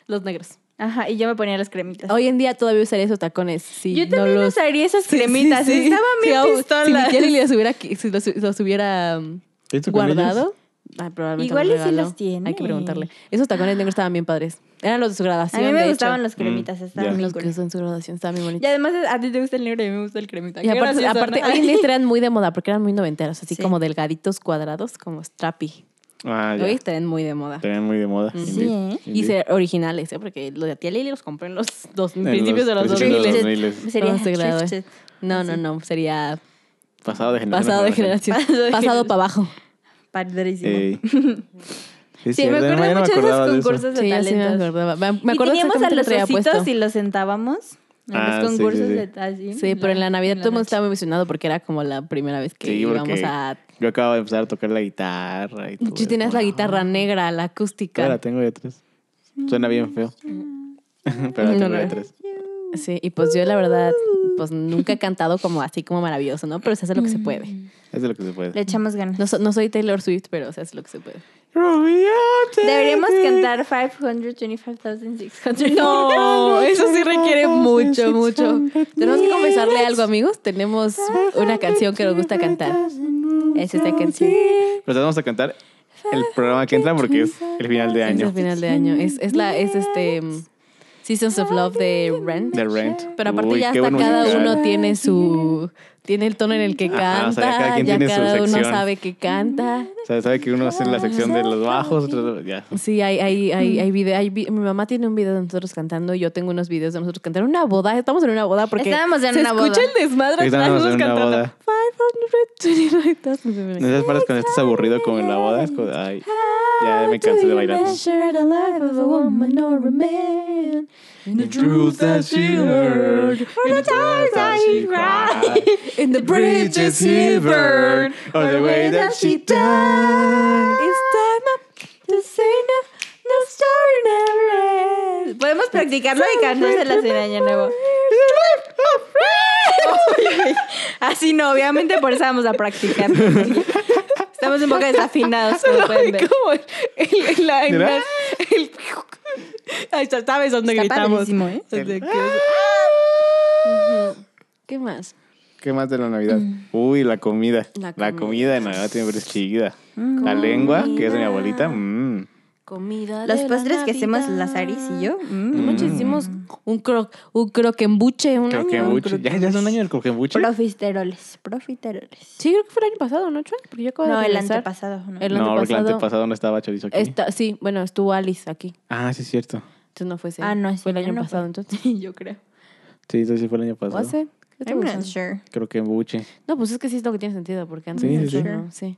Speaker 2: Los negros.
Speaker 4: ajá, y yo me ponía las cremitas.
Speaker 2: Hoy en día todavía usaría esos tacones. Sí,
Speaker 4: yo también
Speaker 2: no los...
Speaker 4: usaría esas
Speaker 2: Sí, sí,
Speaker 4: cremitas.
Speaker 2: sí.
Speaker 4: Estaban
Speaker 2: Sí,
Speaker 4: bien
Speaker 2: au- Si mi
Speaker 4: pistolas.
Speaker 2: tía Lili los hubiera, qui- si los, los hubiera um,
Speaker 3: ¿Te hizo con ellos?
Speaker 2: guardado... Ay, probablemente
Speaker 4: Igual
Speaker 2: los
Speaker 4: y sí
Speaker 2: regaló.
Speaker 4: los tiene.
Speaker 2: Hay que preguntarle. Esos tacones negros estaban bien padres. Eran los de su
Speaker 4: a
Speaker 2: graduación.
Speaker 4: mí me
Speaker 2: de
Speaker 4: gustaban
Speaker 2: hecho.
Speaker 4: las cremitas,
Speaker 3: Mm,
Speaker 4: estaban
Speaker 3: ya.
Speaker 4: bien
Speaker 2: los que
Speaker 4: cool.
Speaker 2: usan su graduación. Estaban bien
Speaker 4: Y
Speaker 2: bonitos.
Speaker 4: además a ti te gusta el negro y a mí me gusta el cremita.
Speaker 2: Y
Speaker 4: Qué
Speaker 2: aparte,
Speaker 4: gracioso,
Speaker 2: aparte este
Speaker 4: ¿no?
Speaker 2: hoy en día eran muy de moda porque eran muy noventeros, así
Speaker 4: Sí.
Speaker 2: como delgaditos, cuadrados, como strappy.
Speaker 3: Ah,
Speaker 2: Hoy
Speaker 3: ya.
Speaker 2: están muy de moda.
Speaker 3: También muy de moda.
Speaker 4: Sí,
Speaker 3: indeed,
Speaker 4: ¿eh?
Speaker 2: Y
Speaker 3: indeed.
Speaker 2: ser originales, ¿eh? porque los de tía Lili los compré en los dos,
Speaker 3: En
Speaker 2: principios de los
Speaker 3: los
Speaker 2: 2000.
Speaker 3: principios de los
Speaker 2: 2000.
Speaker 3: 2000.
Speaker 4: Sería
Speaker 2: Cuando se graduó.
Speaker 4: thrifted.
Speaker 2: No, no, no, sería
Speaker 3: Pasado de generación.
Speaker 2: pasado de generación.
Speaker 4: Pasado de
Speaker 2: Pasado para abajo.
Speaker 4: Padrísimo.
Speaker 3: Ey. Es
Speaker 4: Sí, me
Speaker 3: cierto,
Speaker 4: acuerdo
Speaker 3: ya no
Speaker 4: mucho de
Speaker 3: acordaba
Speaker 4: esos
Speaker 3: eso.
Speaker 4: concursos de
Speaker 2: Sí, ya sí me
Speaker 4: talentos.
Speaker 2: acordaba. Me, me acuerdo
Speaker 4: y teníamos a
Speaker 2: exactamente
Speaker 4: los
Speaker 2: que traía puesto.
Speaker 4: ositos y los sentábamos en
Speaker 3: Ah,
Speaker 4: los
Speaker 3: sí, sí,
Speaker 4: concursos
Speaker 3: sí.
Speaker 4: de así,
Speaker 2: Sí, pero en la Navidad todo el mundo
Speaker 4: noche.
Speaker 2: estaba muy emocionado porque era como la primera vez que
Speaker 3: Sí,
Speaker 2: íbamos
Speaker 3: porque
Speaker 2: a...
Speaker 3: Yo acababa de empezar a tocar la guitarra y todo.
Speaker 2: Tú tenías
Speaker 3: eso.
Speaker 2: la guitarra negra, la
Speaker 3: Yo la
Speaker 2: acústica.
Speaker 3: tengo de tres. Suena bien feo. Pero la
Speaker 2: No,
Speaker 3: tengo
Speaker 2: no.
Speaker 3: de tres.
Speaker 2: Sí, y pues yo la verdad, pues nunca he cantado como así como maravilloso, ¿no? Pero se hace lo que se puede.
Speaker 4: Mm.
Speaker 3: Es de lo que se puede.
Speaker 4: Le echamos ganas.
Speaker 2: No, so- no soy Taylor Swift, pero se hace lo que se puede.
Speaker 4: Deberíamos cantar 525,600.
Speaker 2: No, eso sí requiere mucho, mucho. Tenemos que confesarle algo, amigos. Tenemos una canción que nos gusta cantar. Es esta canción.
Speaker 3: Pero te Pues vamos a cantar el programa que entra porque es el final de
Speaker 2: Es el
Speaker 3: año.
Speaker 2: final de año. Es, es la, es este mm, Seasons of Love de Rent.
Speaker 3: De Rent.
Speaker 2: Pero aparte
Speaker 3: Uy,
Speaker 2: ya
Speaker 3: qué
Speaker 2: hasta
Speaker 3: buen
Speaker 2: cada
Speaker 3: musical.
Speaker 2: uno tiene su tiene el tono en el que
Speaker 3: Ajá,
Speaker 2: canta,
Speaker 3: o sea, cada quien
Speaker 2: ya
Speaker 3: tiene su
Speaker 2: cada uno
Speaker 3: sección.
Speaker 2: sabe que canta.
Speaker 3: O sea, sabe que uno hace la sección de los bajos, otro ya.
Speaker 2: Sí, hay, hay,
Speaker 4: Mm.
Speaker 2: hay, hay video, hay vi- mi mamá tiene un video de nosotros cantando y yo tengo unos videos de nosotros cantando. Una boda, estamos en una boda porque
Speaker 4: Estábamos en
Speaker 2: se
Speaker 4: una boda.
Speaker 2: escucha el desmadre atrás
Speaker 3: Estábamos en
Speaker 2: nosotros
Speaker 3: una
Speaker 2: cantando.
Speaker 3: boda.
Speaker 2: 529,000.
Speaker 3: No esas paras cuando estás aburrido como en la boda. es como, Ay, ya me cansé de bailar. The truth that she heard, and the times that she cried,
Speaker 2: In the
Speaker 3: bridges he burned, or the way that she died.
Speaker 2: It's time up to say no, no story never ends.
Speaker 4: Podemos practicarlo y cantárselas en Año Nuevo. Así no, obviamente por eso vamos a practicar. Estamos un poco desafinados, como pueden ver.
Speaker 2: ¿Cómo? El, el, la- el,
Speaker 3: Mira.
Speaker 2: el- Ahí está, ¿sabes dónde
Speaker 4: Está
Speaker 2: gritamos?
Speaker 4: padrísimo, ¿eh?
Speaker 2: Donde- ¿Qué más?
Speaker 3: ¡Ah! ¿Qué más de la Navidad? Uy, la comida.
Speaker 2: Mm. La
Speaker 3: La
Speaker 2: comida.
Speaker 3: comida de Navidad siempre es chida. La lengua, que es de mi abuelita. mm.
Speaker 2: Comida.
Speaker 4: Los
Speaker 2: de la
Speaker 4: postres que hacemos
Speaker 2: Navidad.
Speaker 4: Lazaris y yo.
Speaker 2: No
Speaker 4: mm.
Speaker 2: manches, hicimos un, cro un croquembuche. Un año.
Speaker 3: Croquembuche. Ya, ya es un año el croquembuche.
Speaker 4: Profiteroles, profiteroles.
Speaker 2: Sí, creo que fue el año pasado, ¿no, Chuy? Porque yo acabo
Speaker 4: No,
Speaker 2: de
Speaker 4: el
Speaker 2: regresar.
Speaker 4: antepasado. ¿no?
Speaker 2: El
Speaker 3: no, porque el
Speaker 2: antepasado-
Speaker 3: antepasado no estaba chorizo aquí.
Speaker 2: Está- sí, bueno, estuvo Alice aquí.
Speaker 3: Ah, sí, es cierto.
Speaker 2: Entonces no fue ese.
Speaker 4: Ah, no, ese
Speaker 2: Fue el
Speaker 4: año
Speaker 2: año
Speaker 4: no
Speaker 2: pasado,
Speaker 4: fue.
Speaker 2: entonces. yo creo.
Speaker 3: Sí, sí, sí fue el año
Speaker 2: ¿O
Speaker 3: pasado.
Speaker 2: hace? ¿Qué
Speaker 4: I'm not
Speaker 2: estuvo usando?
Speaker 4: sure.
Speaker 3: Croquembuche.
Speaker 2: No, pues es que sí es lo que tiene sentido, porque
Speaker 3: Sí,
Speaker 2: antes no,
Speaker 3: sí, sí.
Speaker 2: no, sí.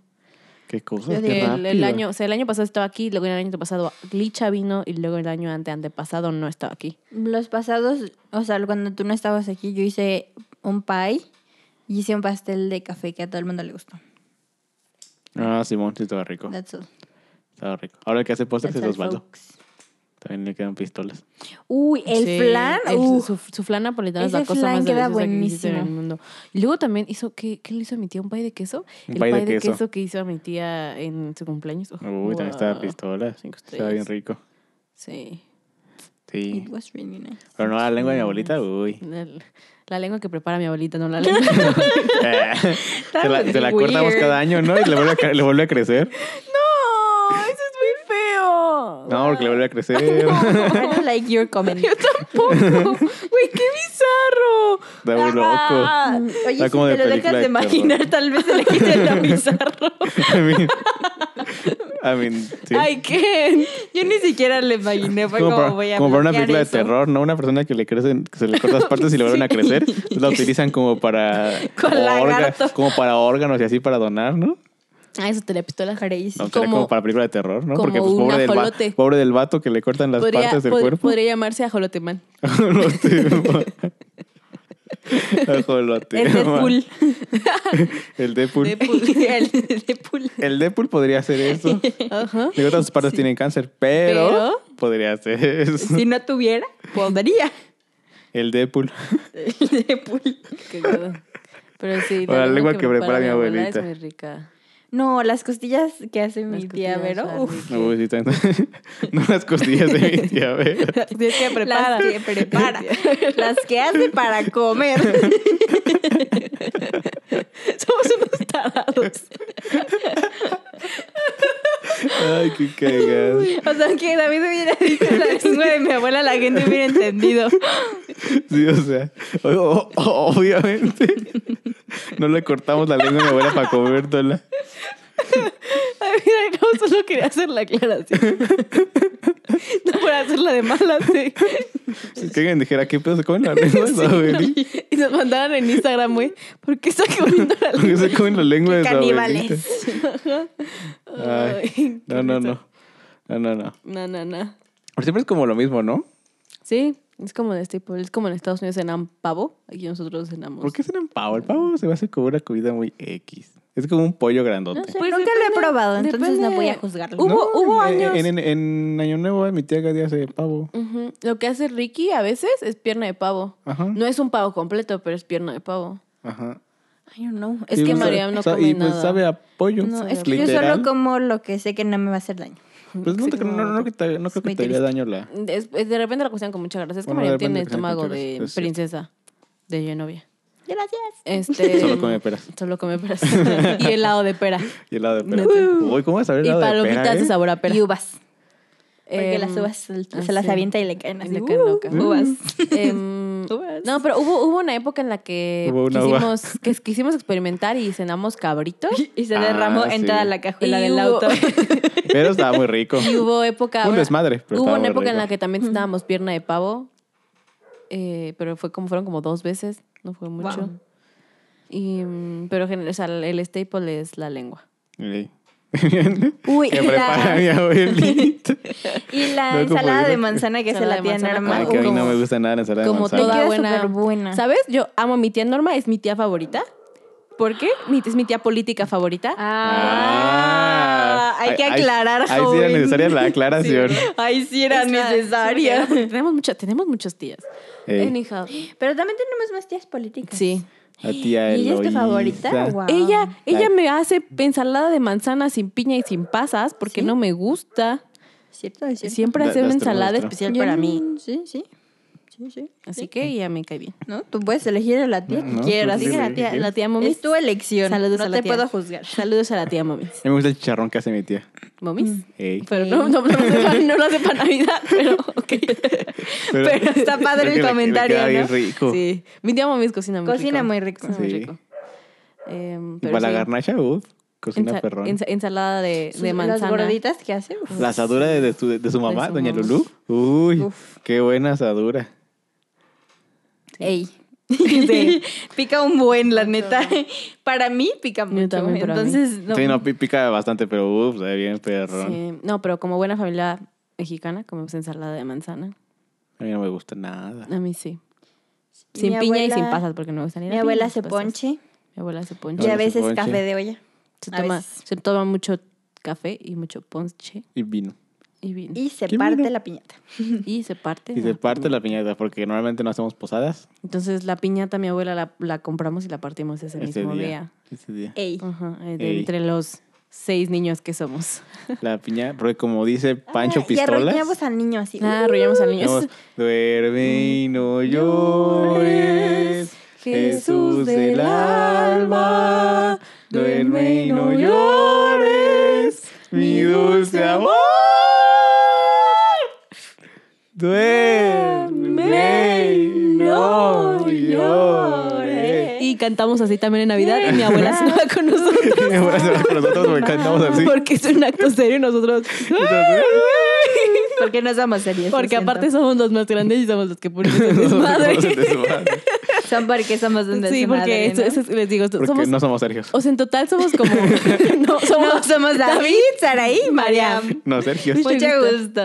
Speaker 3: Qué
Speaker 4: Yo
Speaker 3: cosa,
Speaker 4: digo,
Speaker 3: qué
Speaker 2: El, el
Speaker 3: rápido.
Speaker 2: año, o sea, el año pasado estaba aquí, luego el año pasado Licha vino y luego el año ante antepasado no estaba aquí.
Speaker 4: Los pasados, o sea, cuando tú no estabas aquí, yo hice un pie y hice un pastel de café que a todo el mundo le gustó.
Speaker 3: Ah, Simón, sí estaba rico.
Speaker 4: That's all.
Speaker 3: Estaba rico. Ahora el que hace postres
Speaker 4: That's
Speaker 3: es
Speaker 4: all,
Speaker 3: Osvaldo.
Speaker 4: folks.
Speaker 3: También le quedan pistolas.
Speaker 4: Uy, el
Speaker 2: Sí,
Speaker 4: flan.
Speaker 2: el-
Speaker 4: uh,
Speaker 2: su, su flan napolitano es la
Speaker 4: Ese
Speaker 2: cosa
Speaker 4: flan
Speaker 2: más
Speaker 4: queda
Speaker 2: deliciosa que existe en el
Speaker 4: buenísimo.
Speaker 2: mundo. Y luego también hizo, ¿qué, qué le hizo a mi tía? ¿Un pay de queso?
Speaker 3: Un
Speaker 2: el
Speaker 3: pay de
Speaker 2: pay de, queso.
Speaker 3: queso.
Speaker 2: que hizo a mi tía en su cumpleaños.
Speaker 3: Uy, también estaba
Speaker 2: listo.
Speaker 3: pistolas.
Speaker 2: Cinco
Speaker 3: Estaba bien
Speaker 2: estrellas.
Speaker 3: rico.
Speaker 2: Sí.
Speaker 3: Sí. Ah,
Speaker 4: It was really nice.
Speaker 3: Pero no, la lengua de mi abuelita, uy.
Speaker 2: La, la lengua que prepara mi abuelita, no la lengua.
Speaker 3: Eh, se la, se la
Speaker 4: weird.
Speaker 3: cortamos cada año, ¿no? Y le vuelve a, cre- le vuelve a crecer.
Speaker 2: ¡No! ¡Eso es muy feo!
Speaker 3: No, porque le vuelve a crecer.
Speaker 4: I don't like your comment.
Speaker 2: tampoco. Güey, qué bizarro.
Speaker 3: Está muy loco.
Speaker 2: Ah.
Speaker 4: Oye,
Speaker 3: Está
Speaker 4: si
Speaker 3: como
Speaker 4: te
Speaker 3: de
Speaker 4: lo
Speaker 3: película
Speaker 4: dejas de
Speaker 3: de terror.
Speaker 4: imaginar, tal vez se le quite lo bizarro.
Speaker 3: I mean, I mean, sí.
Speaker 2: Ay, ¿qué?
Speaker 4: Yo ni siquiera lo imaginé, fue como,
Speaker 3: como para,
Speaker 4: voy a
Speaker 3: como para una
Speaker 4: bloquear
Speaker 3: película
Speaker 4: eso.
Speaker 3: de terror, ¿no? Una persona que le crecen, que se le cortas partes y le vuelven a crecer, la utilizan como para
Speaker 4: Con
Speaker 3: órga-
Speaker 4: lagarto.
Speaker 3: como para órganos y así para donar, ¿no?
Speaker 2: Ah, eso te la pistola.
Speaker 4: Crazy.
Speaker 3: No, sería como
Speaker 2: Como-
Speaker 3: para película de terror, ¿no?
Speaker 2: como
Speaker 3: Porque pues,
Speaker 2: un
Speaker 3: pobre, del va-
Speaker 2: ajolote.
Speaker 3: pobre del vato que le cortan las
Speaker 2: Podría,
Speaker 3: partes del
Speaker 2: pod-
Speaker 3: cuerpo.
Speaker 2: podría llamarse ajolotemán.
Speaker 3: Ajolote.
Speaker 4: El Deadpool.
Speaker 3: El Deadpool.
Speaker 4: el Deadpool.
Speaker 3: El Deadpool podría hacer eso.
Speaker 2: Ajá.
Speaker 3: Digo, todas sus partes tienen cáncer, pero,
Speaker 2: Pero-
Speaker 3: podría hacer eso.
Speaker 4: Si no tuviera, podría.
Speaker 3: El Deadpool.
Speaker 4: El Deadpool.
Speaker 2: Qué gordo. Pero sí.
Speaker 3: O la lengua que prepara mi
Speaker 2: abuela
Speaker 3: abuelita.
Speaker 2: Es muy rica.
Speaker 4: No, las costillas que hace
Speaker 2: Las
Speaker 4: mi tía
Speaker 2: costillas
Speaker 4: Vero.
Speaker 2: al
Speaker 4: uf,
Speaker 2: rico.
Speaker 3: Uy, sí, tanto. No las costillas de mi tía, a ver.
Speaker 2: Tienes que preparar.
Speaker 4: Las que prepara. las que hace para comer.
Speaker 2: Somos unos tarados.
Speaker 3: Ay, qué cagado.
Speaker 4: O sea, que David hubiera dicho la lengua de mi abuela, la gente hubiera entendido.
Speaker 3: Sí, o sea, o- o- o- obviamente no le cortamos la lengua a mi abuela para comértela.
Speaker 2: Ay, mira, no, solo quería hacer la aclaración. No para hacerla de malas, sí.
Speaker 3: Si que alguien dijera, ¿qué pedo se comen la lengua de su abuelita?
Speaker 2: Y nos mandaron en Instagram, güey. ¿Por qué está comiendo la
Speaker 3: ¿Por qué
Speaker 2: lengua?
Speaker 3: se comen la lengua de su abuelita?
Speaker 4: Caníbales.
Speaker 3: Ay,
Speaker 2: Ay,
Speaker 3: no,
Speaker 2: qué
Speaker 3: no,
Speaker 2: risa.
Speaker 3: no. No, no, no.
Speaker 2: No, no, no.
Speaker 3: Pero siempre es como lo mismo, ¿no?
Speaker 2: Sí, es como en este pueblo. Es como en Estados Unidos cenan pavo. Aquí nosotros cenamos.
Speaker 3: ¿Por qué cenan pavo? El pavo se va a hacer como una comida muy X. Es como un pollo grandote.
Speaker 4: Nunca lo he probado, entonces no voy a juzgarlo.
Speaker 2: Hubo,
Speaker 3: No,
Speaker 2: hubo
Speaker 3: en-
Speaker 2: años.
Speaker 3: En, en- en Año Nuevo, eh, mi tía Gadia hace pavo.
Speaker 2: Ujú. Lo que hace Ricky a veces es pierna de pavo.
Speaker 3: Ajá.
Speaker 2: No es un pavo completo, pero es pierna de pavo.
Speaker 3: Ajá.
Speaker 4: I don't know.
Speaker 2: Es
Speaker 3: Y
Speaker 2: que
Speaker 3: pues,
Speaker 2: Mariam no
Speaker 3: sa-
Speaker 2: come
Speaker 3: Y pues
Speaker 2: nada.
Speaker 3: sabe a pollo.
Speaker 4: No, es que yo
Speaker 3: Literal.
Speaker 4: solo como lo que sé que no me va a hacer daño.
Speaker 3: Pues no,
Speaker 2: Mm, Sí,
Speaker 3: te, creo- no,
Speaker 2: como-
Speaker 3: no que te- no creo que
Speaker 4: muy
Speaker 3: te haría
Speaker 4: triste.
Speaker 3: daño la.
Speaker 2: Es- es- de repente la cuestión con mucha gracia. Es que
Speaker 3: Bueno,
Speaker 2: Mariam
Speaker 3: depende de
Speaker 2: tiene
Speaker 3: la cuestión con
Speaker 2: estómago
Speaker 3: mucha
Speaker 2: de
Speaker 3: grasa, es cierto.
Speaker 2: princesa, de Genovia.
Speaker 4: Gracias.
Speaker 2: Este,
Speaker 3: Solo come peras.
Speaker 2: Solo come peras. y helado de pera.
Speaker 3: Y helado de pera.
Speaker 2: Neta.
Speaker 3: Uy, ¿cómo vas a ver
Speaker 2: y
Speaker 3: helado de
Speaker 2: palomitas
Speaker 3: pera?
Speaker 2: de
Speaker 3: eh?
Speaker 2: sabor a pera.
Speaker 4: Y uvas. Porque
Speaker 2: Em,
Speaker 4: las uvas l-
Speaker 2: ah,
Speaker 4: se las
Speaker 2: sí.
Speaker 4: avienta y le caen así.
Speaker 2: Le caen
Speaker 4: ¡uh!
Speaker 2: locas.
Speaker 4: Uvas.
Speaker 2: Em,
Speaker 4: Uvas.
Speaker 2: no, pero hubo, hubo una época en la que
Speaker 3: Hubo una uva.
Speaker 2: quisimos, que quisimos experimentar y cenamos cabritos.
Speaker 4: Y se
Speaker 3: Ah,
Speaker 4: derramó en
Speaker 3: sí.
Speaker 4: toda la cajuela
Speaker 2: Y
Speaker 4: del
Speaker 2: hubo-
Speaker 4: auto.
Speaker 3: Pero estaba muy rico.
Speaker 2: Y hubo época.
Speaker 3: Un
Speaker 2: ahora-
Speaker 3: desmadre, pero
Speaker 2: Hubo
Speaker 3: estaba
Speaker 2: una
Speaker 3: muy
Speaker 2: época en
Speaker 3: rico.
Speaker 2: la que también estábamos pierna de pavo. eh, pero fue como fueron como dos veces. No fue mucho.
Speaker 4: Wow.
Speaker 2: Y, mm, pero gener- o sea, el staple es la lengua.
Speaker 3: Sí.
Speaker 4: Uy,
Speaker 3: que
Speaker 4: y
Speaker 3: prepara mi
Speaker 4: la,
Speaker 3: abuelita.
Speaker 4: y la
Speaker 3: No, como
Speaker 4: ensalada
Speaker 3: digo-
Speaker 4: de manzana que hace la
Speaker 2: Ensalada de
Speaker 4: tía
Speaker 2: manzana
Speaker 4: Norma.
Speaker 3: Ay,
Speaker 2: como-
Speaker 3: que a mí no
Speaker 2: como-
Speaker 3: me gusta nada la ensalada de
Speaker 2: como
Speaker 3: manzana.
Speaker 2: toda
Speaker 4: queda
Speaker 2: buena.
Speaker 4: superbuena.
Speaker 2: ¿Sabes? Yo amo a mi tía Norma, es mi tía favorita. ¿Por qué? Mi- es mi tía política favorita.
Speaker 4: Ah, hay que
Speaker 3: Ay, ay,
Speaker 4: aclarar,
Speaker 3: Ahí sí era
Speaker 4: joven.
Speaker 3: necesaria la aclaración.
Speaker 4: Ay, sí era
Speaker 2: Es la- sí,
Speaker 4: necesaria.
Speaker 2: porque tenemos, mucha- tenemos muchas tías.
Speaker 3: Ey,
Speaker 2: Anyhow.
Speaker 4: Pero también tenemos más tías políticas.
Speaker 2: Sí.
Speaker 3: la tía
Speaker 4: ¿Y ella es tu
Speaker 3: Eloísa.
Speaker 4: favorita?
Speaker 2: Ah.
Speaker 4: Wow.
Speaker 2: Ella, ella
Speaker 3: Ay.
Speaker 2: me hace ensalada de manzana sin piña y sin pasas porque
Speaker 4: ¿Sí?
Speaker 2: no me gusta.
Speaker 4: ¿Cierto? ¿Es cierto?
Speaker 2: Siempre
Speaker 3: Da-
Speaker 2: hace una
Speaker 3: das tu
Speaker 2: ensalada
Speaker 3: rostro.
Speaker 2: especial
Speaker 4: Yo
Speaker 2: para
Speaker 4: no-
Speaker 2: mí.
Speaker 4: Sí, sí. sí, sí.
Speaker 2: Así que ya me cae bien.
Speaker 4: ¿No? Tú puedes elegir a la tía que
Speaker 3: No, pues
Speaker 4: quieras.
Speaker 3: tú
Speaker 2: Dije la
Speaker 3: elige
Speaker 2: tía,
Speaker 3: quién.
Speaker 2: la tía Momis.
Speaker 4: Es tu elección.
Speaker 2: Saludos
Speaker 4: no
Speaker 2: a la
Speaker 4: te
Speaker 2: tía.
Speaker 4: puedo juzgar.
Speaker 2: Saludos a la tía Momis.
Speaker 3: A mí me gusta el chicharrón que hace mi tía.
Speaker 2: Momis.
Speaker 3: Ey.
Speaker 2: Pero no, no, no, no lo hace para Navidad, pero ok.
Speaker 4: Pero está padre el
Speaker 3: creo que le- le
Speaker 4: comentario,
Speaker 3: queda bien
Speaker 4: ¿no?
Speaker 3: rico.
Speaker 2: Sí. Mi tía Momis cocina muy
Speaker 4: Cocina
Speaker 2: rico.
Speaker 4: muy rico.
Speaker 2: Cocina muy
Speaker 3: Sí.
Speaker 2: rico. Em,
Speaker 3: Y
Speaker 2: pero
Speaker 3: para la
Speaker 2: sí.
Speaker 3: garnacha, uff, cocina
Speaker 2: Ensa-
Speaker 3: perrón.
Speaker 2: ensa- ensalada de,
Speaker 4: Sus-
Speaker 2: de manzana.
Speaker 4: Las gorditas que hace. uf.
Speaker 3: La asadura de, de su, de su mamá,
Speaker 2: su
Speaker 3: doña
Speaker 2: mamá.
Speaker 3: Lulú. Uy,
Speaker 4: Uf.
Speaker 3: qué buena asadura.
Speaker 4: Ey. Sí. pica un buen, la neta. Para mí pica mucho.
Speaker 2: también, para mí.
Speaker 4: Entonces, no.
Speaker 3: Sí, no, pi- pica bastante, pero uff, sabe bien perrón.
Speaker 2: Sí. No, pero como buena familia mexicana, comemos ensalada de manzana.
Speaker 3: A mí no me gusta nada.
Speaker 2: A mí sí. Sin
Speaker 4: Mi
Speaker 2: piña y sin
Speaker 4: abuela-
Speaker 2: pasas, porque no me gusta ni la
Speaker 4: Mi
Speaker 2: piña,
Speaker 4: abuela
Speaker 2: las
Speaker 4: hace
Speaker 2: pasas.
Speaker 4: ponche
Speaker 2: Mi abuela hace
Speaker 3: Mi
Speaker 2: ponche.
Speaker 4: y a
Speaker 3: abuela hace
Speaker 4: veces
Speaker 3: ponche.
Speaker 4: café de olla.
Speaker 2: Se
Speaker 4: a
Speaker 2: toma,
Speaker 4: veces.
Speaker 2: se toma mucho café y mucho ponche
Speaker 3: Y vino.
Speaker 2: y vino. Y,
Speaker 4: Y se
Speaker 3: Qué
Speaker 4: parte
Speaker 3: bueno.
Speaker 4: la piñata.
Speaker 2: se parte.
Speaker 3: Y se parte la piñata, porque normalmente no hacemos posadas
Speaker 2: Entonces la piñata mi abuela la, la compramos y la partimos ese
Speaker 3: ese
Speaker 2: mismo
Speaker 3: día.
Speaker 2: día.
Speaker 3: Ese día.
Speaker 4: Ey.
Speaker 2: Ajá, eh, de
Speaker 3: Ey.
Speaker 2: entre los seis niños que somos.
Speaker 3: La piña, porque como dice Pancho
Speaker 4: Ah, Y
Speaker 3: Pistolas.
Speaker 4: arruinamos al niño así.
Speaker 2: Ah, arrullamos al niño.
Speaker 3: Digamos,
Speaker 2: Eso-
Speaker 3: Duerme y no llores, Jesús del alma. Duerme y no llores, mi dulce amor. Duerme y no llores.
Speaker 2: Y cantamos así también en Navidad y mi abuela se va con nosotros.
Speaker 3: Y ahora se va con nosotros porque cantamos así.
Speaker 2: Porque es un acto serio y nosotros. "Ah",
Speaker 4: Porque no somos serios.
Speaker 2: Porque
Speaker 4: lo
Speaker 2: aparte
Speaker 4: siento.
Speaker 2: somos los más grandes y somos los que ponen el
Speaker 3: Nosotros
Speaker 2: desmadre.
Speaker 3: somos el desmadre.
Speaker 4: son porque somos un
Speaker 2: Sí, porque
Speaker 4: desmadre,
Speaker 2: eso-
Speaker 4: ¿no?
Speaker 2: eso es- les digo,
Speaker 3: Porque
Speaker 2: somos.
Speaker 3: no somos serios.
Speaker 2: O sea, en total somos como. no, somos.
Speaker 4: No, somos David, Saraí, Mariam.
Speaker 3: No, Sergio.
Speaker 2: Mucho
Speaker 4: Mucho gusto.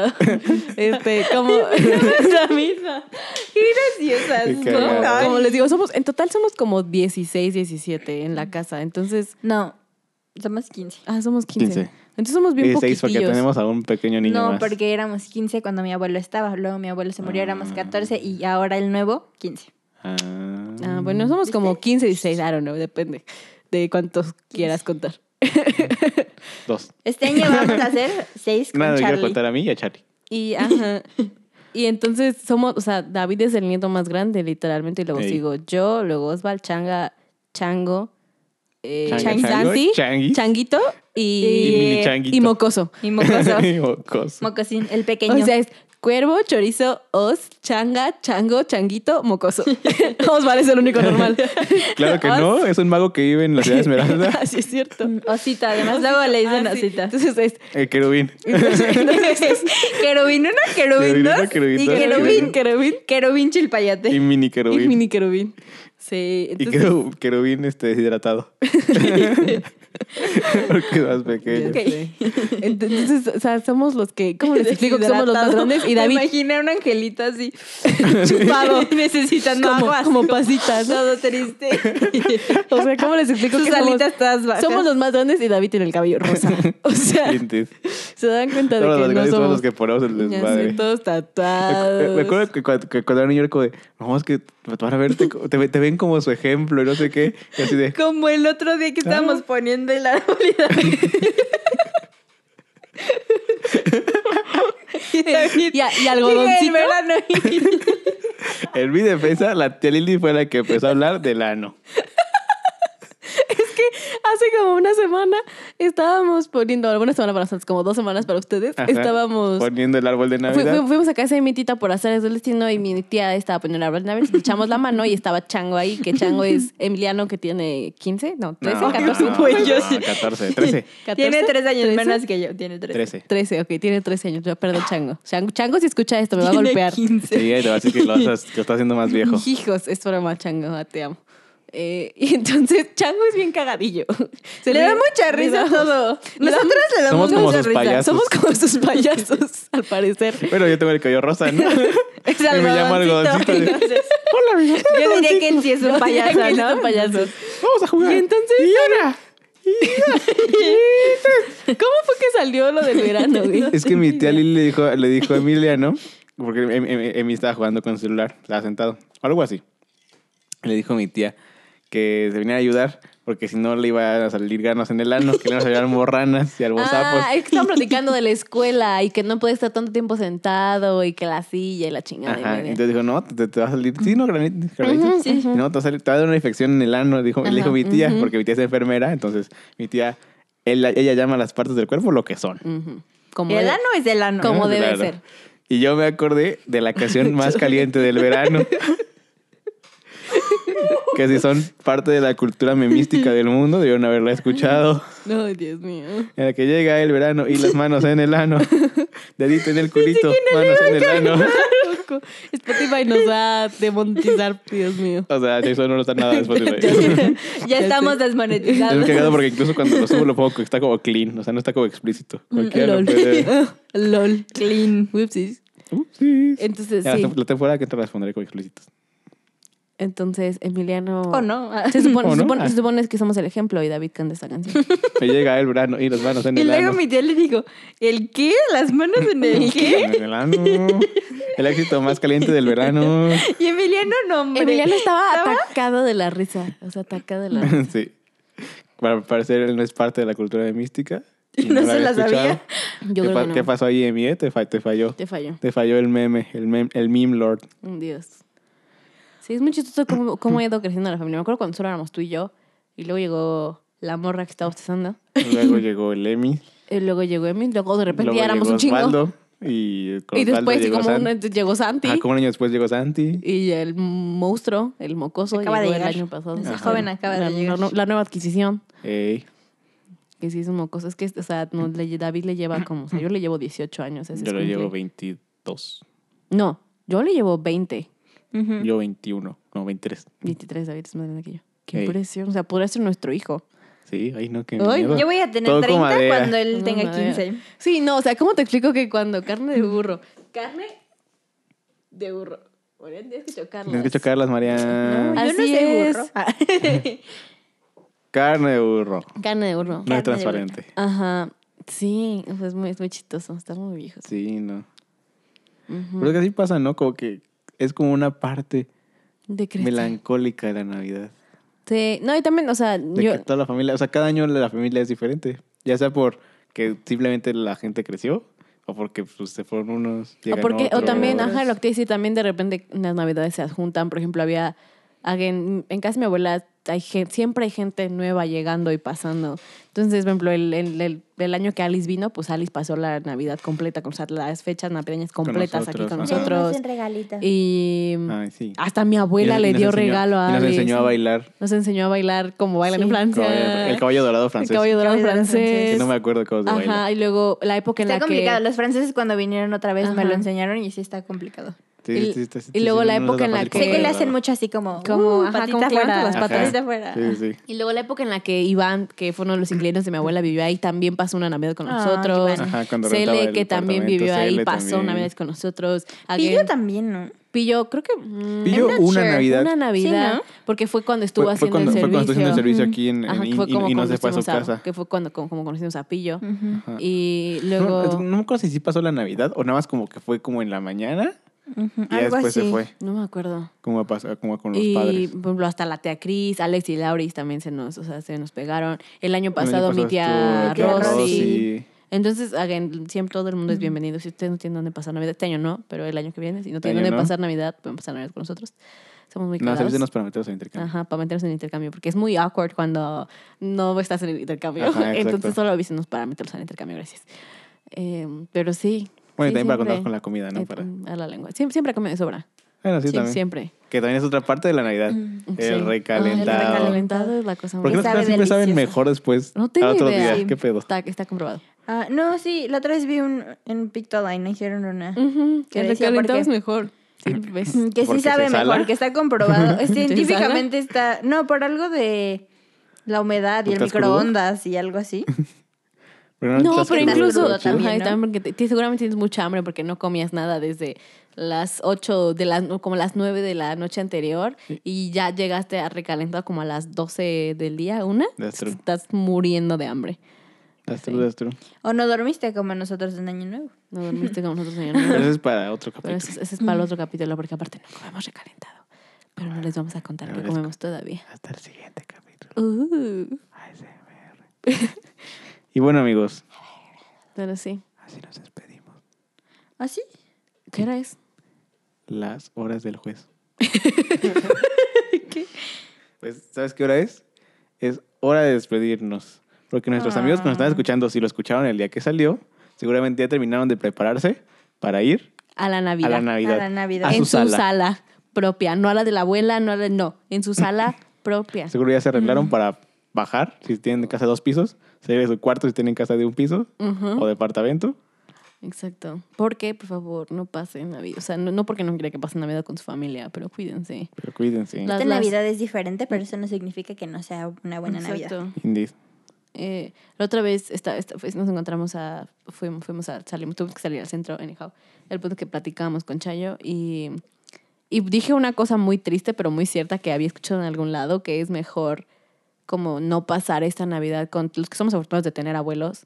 Speaker 2: Este, como.
Speaker 4: La misma. Qué graciosas.
Speaker 3: Qué
Speaker 4: ¿no?
Speaker 3: cagado.
Speaker 4: Ay.
Speaker 2: como les digo, somos. En total somos como 16, 17 en la casa. Entonces.
Speaker 4: No, somos 15.
Speaker 2: Ah, somos 15.
Speaker 3: 15.
Speaker 2: Entonces somos bien
Speaker 3: 16 porque
Speaker 2: poquitillos.
Speaker 3: tenemos a un pequeño niño
Speaker 4: No,
Speaker 3: más.
Speaker 4: porque éramos 15 cuando mi abuelo estaba. Luego mi abuelo se murió, éramos 14 y ahora el nuevo, 15.
Speaker 3: Ah.
Speaker 2: Ah, bueno, somos como 15, 16, I don't know, depende de cuántos quieras contar.
Speaker 3: Dos.
Speaker 4: Este año vamos a hacer 6 con
Speaker 3: Nada, me quiero
Speaker 4: Charlie.
Speaker 3: contar a mí y a Charlie.
Speaker 2: Y, ajá. y entonces somos, o sea, David es el nieto más grande, literalmente, y luego
Speaker 3: Ey.
Speaker 2: sigo yo, luego Osval, Changa, Chango, eh,
Speaker 3: Changa,
Speaker 2: Chang-
Speaker 3: Chango,
Speaker 2: Santi,
Speaker 3: Changuis.
Speaker 2: Changuito
Speaker 3: Y
Speaker 2: y,
Speaker 3: mini changuito.
Speaker 2: y Mocoso.
Speaker 4: Y mocoso.
Speaker 3: Mocoso.
Speaker 4: Mocosín, el pequeño.
Speaker 2: O sea, es cuervo, chorizo, os, changa, chango, changuito, mocoso. Osval es el único normal.
Speaker 3: Claro que no, es un mago que vive en la ciudad de Esmeralda. Ah,
Speaker 2: Así es cierto.
Speaker 4: osita, Mm, además luego le dicen
Speaker 2: Ah, sí.
Speaker 4: osita.
Speaker 2: Entonces es
Speaker 3: El Eh, querubín.
Speaker 4: querubín uno,
Speaker 3: Querubín
Speaker 4: querubín
Speaker 3: uno,
Speaker 4: dos
Speaker 3: querubín
Speaker 4: y
Speaker 3: dos,
Speaker 4: querubín,
Speaker 2: querubín, querubín
Speaker 4: querubín chilpayate.
Speaker 3: Y mini
Speaker 2: y
Speaker 3: querubín.
Speaker 2: mini querubín. Sí,
Speaker 3: Y
Speaker 2: entonces...
Speaker 3: queru- querubín este, deshidratado. Porque es más pequeño.
Speaker 4: Ok.
Speaker 2: Entonces, o sea, somos los que, ¿cómo les explico que somos los más
Speaker 4: Deshidratado.
Speaker 2: grandes?
Speaker 4: Me
Speaker 2: Y David
Speaker 4: imaginé a un angelito así,
Speaker 2: chupado,
Speaker 4: necesitando
Speaker 2: como,
Speaker 4: agua.
Speaker 2: como pasitas. ¿no?
Speaker 4: Todo triste.
Speaker 2: O sea, ¿cómo les explico
Speaker 4: Sus
Speaker 2: que somos,
Speaker 4: alitas todas bajas.
Speaker 2: somos los más grandes y David tiene el cabello rosa? O sea,
Speaker 3: Dientes.
Speaker 2: se dan cuenta
Speaker 3: Todos
Speaker 2: de
Speaker 3: los
Speaker 2: que no
Speaker 3: grandes somos los
Speaker 2: somos...
Speaker 3: que ponemos el
Speaker 2: Ya sé,
Speaker 3: desmadre.
Speaker 2: todos tatuados.
Speaker 3: Me acuerdo que cuando, que cuando era niño era como de, no, es que te van a ver, te, te- te ven como su ejemplo y no sé qué. Y así de,
Speaker 4: Como el otro día que estábamos
Speaker 3: Ah.
Speaker 4: poniendo el árbol y David. Y David-
Speaker 2: Y, a- y
Speaker 4: Llega el
Speaker 2: algodoncito.
Speaker 4: verano y-
Speaker 3: en mi defensa, la tía Lili fue la que empezó a hablar del ano.
Speaker 2: Hace como una semana estábamos poniendo, bueno, una semana para nosotros, como dos semanas para ustedes,
Speaker 3: Ajá.
Speaker 2: estábamos
Speaker 3: Poniendo el árbel de
Speaker 2: Fu- fu-
Speaker 3: Navidad.
Speaker 2: fuimos a casa de mi tita por hacer el destino y mi tía estaba poniendo el árbol de Navidad. Le echamos la mano y estaba Chango ahí, que Chango es Emiliano que tiene 15, no, 13,
Speaker 3: No,
Speaker 2: 14.
Speaker 3: no,
Speaker 4: pues, yo
Speaker 3: no,
Speaker 4: sí.
Speaker 3: 14, 13.
Speaker 2: 14,
Speaker 4: Tiene tres años
Speaker 2: 13,
Speaker 4: menos que yo. Tiene tres.
Speaker 3: 13.
Speaker 2: 13, ok, tiene 13 años. Yo, perdón, Chango. Chango, Chango, si escucha esto, me va a golpear.
Speaker 3: Sí, te va a decir que lo, estás, que lo estás haciendo más viejo.
Speaker 2: Hijos, es broma, Chango, ah, te amo. Eh, y entonces Chango es bien cagadillo. Se
Speaker 4: Le
Speaker 2: ríe-
Speaker 4: da mucha
Speaker 2: le
Speaker 4: risa
Speaker 2: da-
Speaker 4: todo.
Speaker 2: le da-
Speaker 4: Nosotros le damos
Speaker 3: Somos como
Speaker 4: mucha
Speaker 3: sus
Speaker 4: risa.
Speaker 3: payasos.
Speaker 2: Somos como sus payasos, al parecer.
Speaker 3: Bueno, yo tengo el cabello rosa, ¿no?
Speaker 4: Es
Speaker 3: Y me llama
Speaker 4: algodoncito.
Speaker 3: algodoncito.
Speaker 4: Entonces, yo diría que él sí es un payaso,
Speaker 2: Son
Speaker 4: ¿no?
Speaker 2: payasos.
Speaker 3: Vamos a jugar.
Speaker 2: Y entonces. ¿Cómo fue que salió lo del verano, güey?
Speaker 3: Es que mi tía Lili le dijo, le dijo a Emiliano, porque Em- Em- Emi estaba jugando con su celular, estaba sentado, algo así. Le dijo a mi tía que se viniera a ayudar, porque si no le iban a salir ganas en el ano, que le iban a salir morranas y albozapos.
Speaker 2: Ah, es que estaban platicando de la escuela y que no puede estar tanto tiempo sentado y que la silla y la chingada. y
Speaker 3: Ajá,
Speaker 2: media.
Speaker 3: entonces dijo, no, te, te va a salir, sí, no, granito, granito. No, te va, a salir- te va a dar una infección en el ano, dijo, le dijo mi tía, porque mi tía es enfermera, entonces mi tía, él- ella llama a las partes del cuerpo lo que son.
Speaker 2: Ujú. Como
Speaker 4: El
Speaker 2: de-
Speaker 4: ano es el ano.
Speaker 2: Como debe
Speaker 3: Claro.
Speaker 2: ser.
Speaker 3: Y yo me acordé de la canción más caliente del verano. que si son parte de la cultura memística del mundo, debieron haberla escuchado.
Speaker 2: No, Dios mío.
Speaker 3: En la que llega el verano y las manos en el ano. Dedito en el culito, manos en el ano.
Speaker 2: Loco. Spotify nos va a demonetizar, Dios mío.
Speaker 3: O sea, Jason no lo está nada después de
Speaker 2: Ya,
Speaker 4: Ya estamos
Speaker 3: Es muy
Speaker 4: desmonetizados.
Speaker 3: cagado porque incluso cuando lo subo lo pongo que está como clean, o sea, no está como explícito. Cualquiera lo
Speaker 2: Mm, LOL.
Speaker 3: puede.
Speaker 2: LOL.
Speaker 4: Clean.
Speaker 2: Whoopsies.
Speaker 3: Upsis.
Speaker 2: Entonces,
Speaker 3: Ya,
Speaker 2: sí.
Speaker 3: La temporada que te las pondré como explícitos.
Speaker 2: Entonces, Emiliano.
Speaker 4: ¿O no? Ah.
Speaker 2: Se supone,
Speaker 3: ¿O
Speaker 2: se
Speaker 3: no?
Speaker 2: supone-
Speaker 3: Ah.
Speaker 2: se supone que somos el ejemplo y David canta esta canción.
Speaker 3: Me llega el verano y las manos en
Speaker 4: Y
Speaker 3: el
Speaker 4: luego
Speaker 3: ano.
Speaker 4: mi tía le digo, ¿el qué? ¿Las manos en el qué?
Speaker 3: En el ano. El éxito más caliente del verano.
Speaker 4: Y Emiliano no, hombre.
Speaker 2: Emiliano estaba atacado de la risa. O sea, atacado de la risa.
Speaker 3: Sí. Para parecer él no es parte de la cultura de mística.
Speaker 4: Y no
Speaker 3: la
Speaker 4: se
Speaker 3: había
Speaker 4: la sabía.
Speaker 3: escuchado.
Speaker 2: Yo
Speaker 3: ¿Qué,
Speaker 2: creo
Speaker 3: pa-
Speaker 2: que no.
Speaker 3: qué pasó ahí, Emie? Te, fa- te falló.
Speaker 2: Te falló.
Speaker 3: Te falló el meme, el, mem- el meme lord.
Speaker 2: Mm, Dios. Sí, es muy chistoso cómo, cómo ha ido creciendo la familia. Me acuerdo cuando solo éramos tú y yo. Y luego llegó la morra que estaba bostezando.
Speaker 3: Luego llegó el Emmy.
Speaker 2: Y luego llegó Emi. Luego de repente
Speaker 3: Luego
Speaker 2: ya éramos
Speaker 3: llegó
Speaker 2: un chingo.
Speaker 3: Osvaldo, y con
Speaker 2: y
Speaker 3: Osvaldo
Speaker 2: después y
Speaker 3: llegó
Speaker 2: como
Speaker 3: San- Ah,
Speaker 2: un, llegó Santi.
Speaker 3: Ajá, como un año después llegó Santi.
Speaker 2: Y el monstruo, el mocoso,
Speaker 4: Acaba de
Speaker 2: llegó
Speaker 4: llegar.
Speaker 2: el año pasado.
Speaker 4: Ese
Speaker 3: Ajá.
Speaker 4: joven acaba de
Speaker 2: la,
Speaker 4: llegar.
Speaker 2: la- la nueva adquisición.
Speaker 3: Ey,
Speaker 2: Que sí es un mocoso. Es que, o sea, no, le- David le lleva como... O sea, yo le llevo 18 años. ese
Speaker 3: yo le
Speaker 2: escuincle.
Speaker 3: llevo 22.
Speaker 2: No, yo le llevo 20.
Speaker 4: Ujú.
Speaker 3: Yo 21, no 23.
Speaker 2: 23, David es más grande que yo. Qué
Speaker 3: Ey.
Speaker 2: impresión. O sea, podría ser nuestro hijo.
Speaker 3: Sí, ay no, qué
Speaker 2: Ay,
Speaker 3: miedo.
Speaker 4: Yo voy a tener
Speaker 3: Todo con
Speaker 4: 30
Speaker 3: madera.
Speaker 4: cuando él
Speaker 2: No,
Speaker 4: tenga
Speaker 2: no,
Speaker 4: 15.
Speaker 2: ya. Sí, no, o sea, ¿cómo te explico que cuando carne de burro, carne de burro, bueno, tienes que chocarla.
Speaker 3: Tienes que chocarlas, Mariana.
Speaker 4: Yo no
Speaker 2: Así
Speaker 4: soy
Speaker 2: es. Ah,
Speaker 4: burro.
Speaker 3: Carne de burro.
Speaker 2: Carne de
Speaker 3: No
Speaker 2: burro.
Speaker 4: Carne de
Speaker 3: es transparente.
Speaker 2: Ajá. Sí, o sea, es muy, es muy chistoso, están muy viejos.
Speaker 3: Sí, no.
Speaker 2: Ujú.
Speaker 3: Pero es que así pasa, ¿no? Como que es como una parte
Speaker 2: De crecer.
Speaker 3: melancólica de la Navidad.
Speaker 2: Sí, no, y también, o sea,
Speaker 3: De
Speaker 2: yo...
Speaker 3: que toda la familia, o sea, cada año la familia es diferente. Ya sea por que simplemente la gente creció o porque pues, se fueron unos.
Speaker 2: O,
Speaker 3: llegan
Speaker 2: porque, o
Speaker 3: otros.
Speaker 2: también,
Speaker 4: otros.
Speaker 2: ajá, lo que te decía, también de repente en las navidades se adjuntan. Por ejemplo, había alguien, en casa de mi abuela hay gen- siempre hay gente nueva llegando y pasando. Entonces, por ejemplo, el, el- el- el año que Alice vino, pues Alice pasó la Navidad completa, con o sea, las fechas navideñas completas aquí con
Speaker 3: nosotros, ajá.
Speaker 4: Ah,
Speaker 2: nosotros.
Speaker 4: regalitos.
Speaker 2: Y
Speaker 3: Ay, sí.
Speaker 2: hasta mi
Speaker 3: Y
Speaker 2: abuela
Speaker 3: nos- y
Speaker 2: le
Speaker 3: nos
Speaker 2: dio
Speaker 3: enseñó-
Speaker 2: regalo a
Speaker 3: Y nos
Speaker 2: Alice.
Speaker 3: enseñó a bailar.
Speaker 2: Nos enseñó a bailar como bailan en
Speaker 3: Como
Speaker 2: Francia.
Speaker 3: el, el caballo dorado
Speaker 2: El
Speaker 3: francés.
Speaker 2: caballo dorado
Speaker 4: El caballo dorado
Speaker 2: francés.
Speaker 3: Que no me acuerdo cómo se baila.
Speaker 2: Ajá, y luego la época en
Speaker 4: Está
Speaker 2: la que...
Speaker 4: complicado. Los franceses cuando vinieron otra vez me
Speaker 2: Ajá.
Speaker 4: lo enseñaron y sí está complicado.
Speaker 3: Sí,
Speaker 2: y-
Speaker 3: sí, sí, sí,
Speaker 2: y
Speaker 3: sí,
Speaker 2: luego
Speaker 3: sí,
Speaker 2: la
Speaker 3: no nos
Speaker 2: época
Speaker 3: da
Speaker 2: en la
Speaker 3: fácil
Speaker 2: que-
Speaker 4: Sé que le
Speaker 3: recordarlo.
Speaker 4: hacen mucho así como,
Speaker 2: Como,
Speaker 4: uh,
Speaker 2: ajá,
Speaker 4: patita
Speaker 2: como que
Speaker 4: afuera,
Speaker 2: levantan las
Speaker 3: Ajá.
Speaker 2: patas.
Speaker 4: patita afuera.
Speaker 3: Sí, sí.
Speaker 2: Y luego la época en la que Iván, que fue uno de los inquilinos de mi abuela, vivió ahí, también pasó una Navidad con
Speaker 4: Ay,
Speaker 2: nosotros.
Speaker 4: Ah, Iván.
Speaker 3: Ajá, cuando rentaba
Speaker 2: Cele,
Speaker 3: el
Speaker 2: que también
Speaker 3: departamento,
Speaker 2: vivió ahí,
Speaker 3: Cele
Speaker 2: pasó
Speaker 3: también.
Speaker 2: una Navidad con nosotros.
Speaker 4: Y
Speaker 2: Alguien-
Speaker 4: yo también, ¿no?
Speaker 2: Pillo, creo que... mm,
Speaker 3: Pillo
Speaker 4: I'm not
Speaker 3: una
Speaker 4: sure.
Speaker 3: Navidad.
Speaker 2: Una Navidad,
Speaker 4: Sí, ¿no?
Speaker 2: porque fue cuando estuvo
Speaker 3: Fue, fue
Speaker 2: haciendo
Speaker 3: cuando,
Speaker 2: el
Speaker 3: fue cuando estuvo haciendo
Speaker 2: servicio.
Speaker 3: el servicio aquí en, en-
Speaker 2: Ajá, que
Speaker 3: y,
Speaker 2: fue como
Speaker 3: y no se fue a su
Speaker 2: conocimos a-
Speaker 3: casa.
Speaker 2: que fue cuando como, como conocimos a Pillo.
Speaker 3: Ajá.
Speaker 2: Y
Speaker 3: No,
Speaker 2: luego...
Speaker 3: no me acuerdo si sí pasó la Navidad o nada más como que fue como en la mañana y
Speaker 4: Algo
Speaker 3: ya después se
Speaker 4: así.
Speaker 3: fue.
Speaker 2: No, me acuerdo.
Speaker 3: Como, a pasar, como con los
Speaker 2: y,
Speaker 3: padres.
Speaker 2: por ejemplo, hasta la tía Cris, Alex y Lauris también se nos, o sea, se nos pegaron. El año
Speaker 3: El año
Speaker 2: pasado, mi tía
Speaker 3: estuvo la
Speaker 4: Rosy.
Speaker 3: Rosy.
Speaker 2: Entonces, again, siempre todo el mundo es bienvenido. Si ustedes no tienen dónde pasar Navidad, este año no, pero el año que viene, si no
Speaker 3: Este
Speaker 2: tienen
Speaker 3: año
Speaker 2: dónde
Speaker 3: no.
Speaker 2: pasar Navidad, pueden pasar Navidad con nosotros. Somos muy
Speaker 3: No,
Speaker 2: cagados.
Speaker 3: servicios nos prometemos el intercambio.
Speaker 2: Ajá, para meternos en el intercambio, porque es muy awkward cuando no estás en el intercambio.
Speaker 3: Ajá, exacto.
Speaker 2: Entonces, solo avísenos para meterlos en el intercambio, gracias. Eh, pero sí.
Speaker 3: Bueno, y
Speaker 2: sí,
Speaker 3: también para
Speaker 2: siempre-
Speaker 3: contar con la comida, ¿no?
Speaker 2: eh,
Speaker 3: Para...
Speaker 2: A la lengua. Siempre, siempre come de sobra.
Speaker 3: Bueno, sí,
Speaker 2: Sí,
Speaker 3: también.
Speaker 2: siempre.
Speaker 3: Que también es otra parte de la Navidad.
Speaker 2: Sí. Ah,
Speaker 3: El recalentado.
Speaker 2: El recalentado es la cosa
Speaker 3: Porque las
Speaker 2: más-
Speaker 4: sabe
Speaker 3: cosas siempre saben
Speaker 4: delicioso.
Speaker 3: mejor después.
Speaker 2: No tengo
Speaker 3: al otro
Speaker 2: idea.
Speaker 3: día.
Speaker 2: Sí.
Speaker 3: ¿Qué pedo?
Speaker 2: Está, está comprobado.
Speaker 4: Ah, no, sí, la otra vez vi un, en Pictoline, hicieron una. Que
Speaker 2: El
Speaker 4: decía, ¿por
Speaker 2: recalentado
Speaker 4: qué?
Speaker 2: es mejor. Sí, pues. ves.
Speaker 4: Mm, Que sí
Speaker 3: Porque
Speaker 4: sabe
Speaker 3: se
Speaker 4: mejor,
Speaker 3: sala.
Speaker 4: que está comprobado. Es
Speaker 2: ¿Se sala?
Speaker 4: Científicamente está. No, por algo de la humedad y el
Speaker 3: ¿Estás crudo?
Speaker 4: microondas y algo así.
Speaker 3: Pero
Speaker 2: No,
Speaker 3: estás
Speaker 2: pero
Speaker 3: crudo,
Speaker 2: incluso
Speaker 3: está chido.
Speaker 4: también,
Speaker 2: ajá, y
Speaker 4: ¿no?
Speaker 2: también porque te- te- seguramente tienes mucha hambre porque no comías nada desde las 8 de la, como las 9 de la noche anterior y ya llegaste a recalentado como a las 12 del día, una.
Speaker 3: That's true.
Speaker 2: Estás muriendo de hambre.
Speaker 3: That's true, that's true.
Speaker 4: O no dormiste como nosotros en Año Nuevo.
Speaker 2: No dormiste con nosotros, señor.
Speaker 3: Pero eso es para otro
Speaker 2: Pero
Speaker 3: capítulo.
Speaker 2: ese, ese es para el otro capítulo porque aparte no comemos recalentado. Pero no les vamos a contar
Speaker 3: Pero
Speaker 2: qué
Speaker 3: les-
Speaker 2: comemos todavía.
Speaker 3: Hasta el siguiente capítulo.
Speaker 2: Uh,
Speaker 3: ASMR. y bueno, amigos,
Speaker 2: pero sí.
Speaker 3: así nos despedimos.
Speaker 4: ¿Ah, sí?
Speaker 2: ¿Qué hora es?
Speaker 3: Las horas del juez. Pues, ¿sabes qué hora es? Es hora de despedirnos. Porque nuestros amigos que nos están escuchando, si lo escucharon el día que salió, seguramente ya terminaron de prepararse para ir
Speaker 2: A la Navidad.
Speaker 3: a la Navidad.
Speaker 4: A la Navidad.
Speaker 3: A
Speaker 2: en
Speaker 3: su sala.
Speaker 2: propia, no a la de la abuela, no a la, no, en su sala propia.
Speaker 3: Seguro ya se arreglaron para bajar, si tienen casa de dos pisos, salir de su cuarto si tienen casa de un piso
Speaker 2: Ujú,
Speaker 3: o departamento.
Speaker 2: Exacto. Porque, por favor, no pasen Navidad. O sea, no, no porque no quiera que pasen Navidad con su familia, pero cuídense.
Speaker 3: Pero cuídense.
Speaker 2: La-
Speaker 4: Esta
Speaker 2: las-
Speaker 4: Navidad es diferente, pero eso no significa que no sea una buena Navidad.
Speaker 3: Indies.
Speaker 2: Eh, la otra vez esta, esta- pues, nos encontramos a fuimos, fuimos a salimos tuvimos que salir al centro anyhow el punto que platicábamos con Chayo y y dije una cosa muy triste pero muy cierta que había escuchado en algún lado que es mejor como no pasar esta Navidad con los que somos afortunados de tener abuelos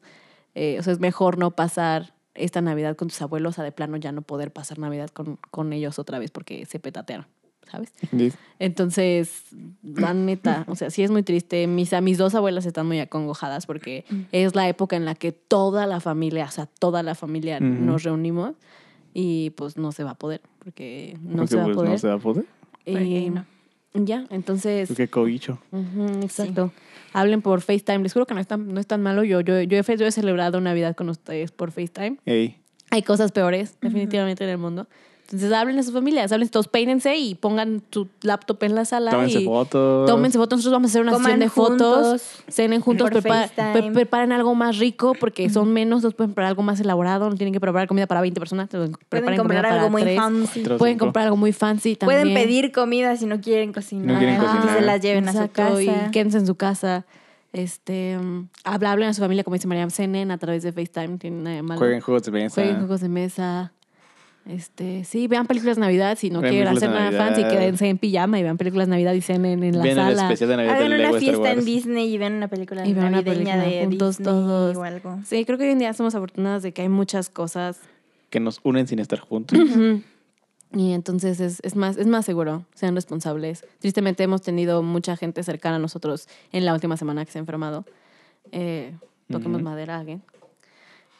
Speaker 2: eh, o sea es mejor no pasar esta Navidad con tus abuelos a de plano ya no poder pasar Navidad con, con ellos otra vez porque se petatearon ¿sabes?
Speaker 3: Indies.
Speaker 2: Entonces, la neta, o sea, sí es muy triste. Mis, a mis dos abuelas están muy acongojadas porque es la época en la que toda la familia, o sea, toda la familia
Speaker 3: Ujú.
Speaker 2: nos reunimos y pues no se va a poder porque no
Speaker 3: Porque,
Speaker 2: se va
Speaker 3: pues,
Speaker 2: a poder.
Speaker 3: No se va a poder.
Speaker 2: Y
Speaker 4: Ok,
Speaker 2: ya, entonces,
Speaker 3: Porque cobicho.
Speaker 2: ujú, exacto. Hablen por FaceTime. Les juro que no es tan, no es tan malo. Yo, yo, yo, he, fe- yo he celebrado Navidad con ustedes por FaceTime
Speaker 3: Ey.
Speaker 2: hay cosas peores, definitivamente, en el mundo. Entonces hablen a sus familias, hablen todos, peínense y pongan tu laptop en la sala.
Speaker 3: Tómense
Speaker 2: y
Speaker 3: fotos.
Speaker 2: Tómense fotos. Nosotros vamos a hacer una sesión
Speaker 4: Coman
Speaker 2: de fotos.
Speaker 4: juntos.
Speaker 2: Cenen juntos,
Speaker 4: Por
Speaker 2: prepa-
Speaker 4: FaceTime.
Speaker 2: pre- preparen algo más rico porque son menos, nos pueden preparar algo más elaborado, no tienen que preparar comida para 20 personas, te lo
Speaker 4: Pueden
Speaker 2: preparan
Speaker 4: comprar
Speaker 2: comida para
Speaker 4: algo muy
Speaker 2: tres.
Speaker 4: fancy.
Speaker 3: Otros
Speaker 2: Pueden
Speaker 3: cinco.
Speaker 2: comprar algo muy fancy también.
Speaker 4: Pueden pedir comida si no quieren cocinar.
Speaker 3: No quieren
Speaker 4: Que
Speaker 3: cocinar.
Speaker 4: se las lleven a
Speaker 2: Exacto,
Speaker 4: su casa.
Speaker 2: Y quédense en su casa. Este, mm, habla- hablen a su familia, como dice María, cenen a través de FaceTime, no tiene nada de malo.
Speaker 3: Jueguen juegos de mesa.
Speaker 2: Jueguen juegos de mesa. Este, sí, vean películas de Navidad si no
Speaker 3: Vean
Speaker 2: quieren hacer
Speaker 3: películas de
Speaker 2: nada fancy,
Speaker 3: Navidad.
Speaker 2: quédense en pijama y vean películas de Navidad y cenen en la
Speaker 3: Vean el
Speaker 2: sala.
Speaker 3: especial de Navidad del
Speaker 4: Hagan
Speaker 3: Lego
Speaker 4: una
Speaker 3: Star
Speaker 4: fiesta en
Speaker 3: Wars.
Speaker 4: Disney y vean una película
Speaker 2: Y vean una
Speaker 4: navideña
Speaker 2: película
Speaker 4: de
Speaker 2: juntos
Speaker 4: Disney
Speaker 2: todos.
Speaker 4: o algo.
Speaker 2: Sí, creo que hoy en día somos afortunadas de que hay muchas cosas.
Speaker 3: Que nos unen sin estar juntos.
Speaker 2: Y entonces es, es más, es más seguro, sean responsables. Tristemente hemos tenido mucha gente cercana a nosotros en la última semana que se ha enfermado. Eh, toquemos
Speaker 3: Ujú.
Speaker 2: madera, again.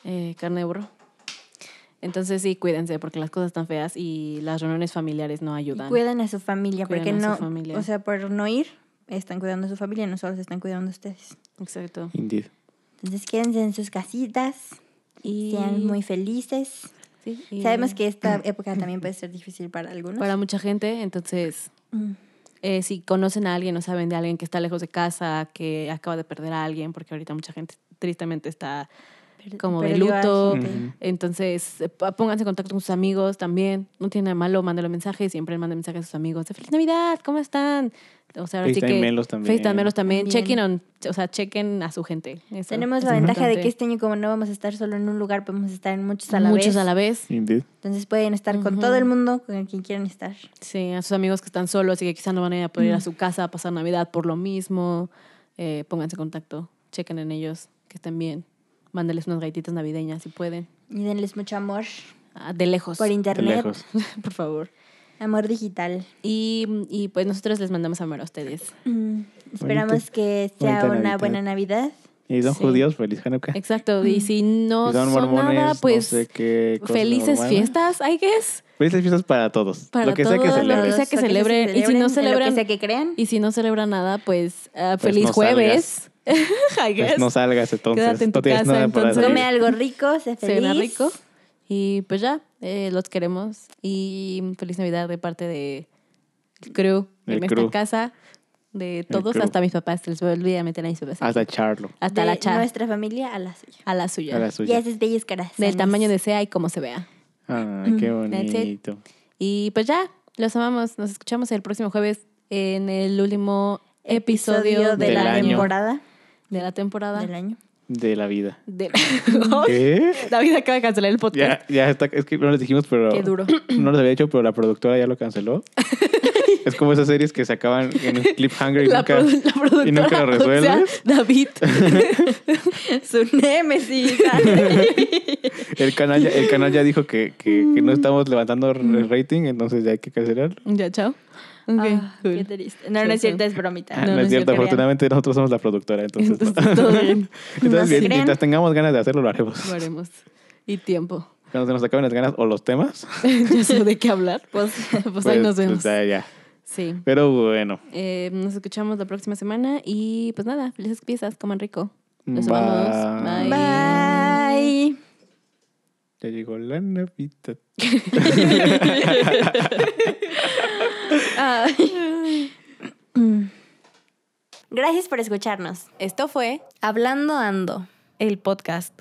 Speaker 2: Eh, carne de burro. Entonces sí, cuídense porque las cosas están feas y las reuniones familiares no
Speaker 4: Y
Speaker 2: ayudan.
Speaker 4: cuiden a su familia,
Speaker 2: Cuiden
Speaker 4: porque
Speaker 2: a su
Speaker 4: no,
Speaker 2: familia.
Speaker 4: o sea, por no ir, están cuidando a su familia, no solo se están cuidando a ustedes.
Speaker 2: Exacto.
Speaker 3: Indeed.
Speaker 4: Entonces quédense en sus casitas,
Speaker 2: Y
Speaker 4: sean muy felices.
Speaker 2: Sí, y
Speaker 4: Sabemos que esta época también puede ser difícil para algunos.
Speaker 2: Para mucha gente, entonces,
Speaker 4: Mm.
Speaker 2: eh, si conocen a alguien o saben de alguien que está lejos de casa, que acaba de perder a alguien, porque ahorita mucha gente tristemente está,
Speaker 4: Per-
Speaker 2: como de
Speaker 4: perdió a
Speaker 2: luto.
Speaker 4: gente.
Speaker 3: Ujú.
Speaker 2: entonces eh, pa- pónganse en contacto con sus amigos también, no tiene nada malo, mándale mensajes, siempre manden mensajes a sus amigos de Feliz Navidad, ¿cómo están? O sea, ahora sí que...
Speaker 3: FaceTimelos también.
Speaker 2: FaceTimelos también.
Speaker 4: También.
Speaker 2: Chequen, on- o sea, chequen a su gente. Eso
Speaker 4: Tenemos
Speaker 2: es
Speaker 4: la ventaja de
Speaker 2: importante.
Speaker 4: que este año, como no vamos a estar solo en un lugar, podemos estar en muchos a la
Speaker 2: Muchos
Speaker 4: vez.
Speaker 2: a la vez.
Speaker 3: Indeed.
Speaker 4: Entonces pueden estar con
Speaker 2: Ujú.
Speaker 4: todo el mundo, con quien quieran estar.
Speaker 2: Sí, a sus amigos que están solos y que quizás no van a ir a poder ir a su casa a pasar Navidad por lo mismo. eh, pónganse en contacto, chequen en ellos, que estén bien. Mándenles unas galletitas navideñas si pueden.
Speaker 4: Y denles mucho amor
Speaker 2: Ah, de lejos,
Speaker 4: por
Speaker 3: De
Speaker 4: internet,
Speaker 3: lejos.
Speaker 2: por favor.
Speaker 4: amor digital.
Speaker 2: Y, y, pues nosotros les mandamos amor a ustedes.
Speaker 4: Mm, Esperamos que sea
Speaker 3: bonita
Speaker 4: una
Speaker 3: Navidad.
Speaker 4: buena Navidad.
Speaker 3: Y son
Speaker 2: Sí.
Speaker 3: judíos, feliz Hanukkah.
Speaker 2: Exacto, y si no
Speaker 3: y son
Speaker 2: son,
Speaker 3: mormones,
Speaker 2: nada, pues
Speaker 3: no sé qué cosa
Speaker 2: felices
Speaker 3: mormona.
Speaker 2: fiestas, I guess.
Speaker 3: Felices fiestas para todos.
Speaker 2: Para
Speaker 3: lo que sea que
Speaker 2: todos, lo
Speaker 3: celebres.
Speaker 2: sea que
Speaker 4: Lo
Speaker 2: celebren, y si no
Speaker 4: en lo
Speaker 2: celebran-
Speaker 4: que sea que crean.
Speaker 2: Y si no celebran nada, pues, ah,
Speaker 3: Pues
Speaker 2: feliz
Speaker 3: no
Speaker 2: jueves. I
Speaker 3: Pues
Speaker 2: guess.
Speaker 3: no salgas entonces.
Speaker 2: Quédate en tu
Speaker 3: no tienes
Speaker 2: casa,
Speaker 3: nada para
Speaker 2: entonces.
Speaker 3: salir.
Speaker 4: Come algo rico, sé feliz.
Speaker 2: Será rico. Y pues ya, eh, los queremos. Y feliz Navidad de parte de el crew
Speaker 3: El
Speaker 2: en
Speaker 3: crew.
Speaker 2: esta casa, de todos,
Speaker 3: crew.
Speaker 2: hasta mis papás. Se les olvida meter a mis papás. aquí.
Speaker 3: Hasta Charlo.
Speaker 2: Hasta
Speaker 4: de
Speaker 2: la chat,
Speaker 4: nuestra familia a la suya.
Speaker 2: a la suya.
Speaker 3: A la
Speaker 4: Y a
Speaker 3: suya.
Speaker 4: esas bellas caras.
Speaker 2: Del tamaño de sea y como se vea.
Speaker 3: Ay, Ah, qué
Speaker 2: That's it.
Speaker 3: bonito.
Speaker 2: Y pues ya, los amamos. Nos escuchamos el próximo jueves en el último episodio,
Speaker 4: episodio de
Speaker 2: del
Speaker 4: la
Speaker 2: año.
Speaker 4: temporada.
Speaker 2: De la temporada.
Speaker 4: Del año.
Speaker 3: De la vida.
Speaker 2: De-
Speaker 3: ¿Qué?
Speaker 2: David acaba de cancelar el podcast.
Speaker 3: Ya, ya está, es que no les dijimos, pero.
Speaker 2: Qué duro.
Speaker 3: No los había hecho, pero la productora ya lo canceló. es como esas series que se acaban en un cliffhanger y
Speaker 2: La,
Speaker 3: nunca.
Speaker 2: produ- la productora.
Speaker 3: y nunca lo
Speaker 2: o sea,
Speaker 3: resuelves.
Speaker 2: David.
Speaker 4: Su némesis.
Speaker 3: El canal ya, el canal ya dijo que, que-
Speaker 2: Mm.
Speaker 3: que no estamos levantando el rating, entonces ya hay que cancelarlo.
Speaker 2: Ya, chao. Ok,
Speaker 4: Ah,
Speaker 2: cool.
Speaker 4: Qué triste. No, no es cierto, es bromita.
Speaker 3: Ah, no, es cierto,
Speaker 4: crean.
Speaker 3: afortunadamente nosotros somos la productora, entonces. no.
Speaker 2: Entonces, todo bien.
Speaker 4: No se
Speaker 3: Entonces, bien,
Speaker 4: crean.
Speaker 3: mientras tengamos ganas de hacerlo, lo haremos.
Speaker 2: Lo haremos. Y tiempo.
Speaker 3: Cuando se nos acaben las ganas o los temas,
Speaker 2: ya sé de qué hablar.
Speaker 4: Pues,
Speaker 2: Pues
Speaker 3: pues,
Speaker 2: ahí nos vemos.
Speaker 3: pues, ya, ya.
Speaker 2: Sí.
Speaker 3: Pero bueno.
Speaker 2: Eh, nos escuchamos la próxima semana y pues nada, felices piezas, coman rico. Los
Speaker 3: Bye.
Speaker 2: amamos. Bye.
Speaker 4: bye.
Speaker 3: Ya llegó la Navidad.
Speaker 4: Ay. Mm. Gracias por escucharnos.
Speaker 1: Esto fue Hablando Ando, el podcast.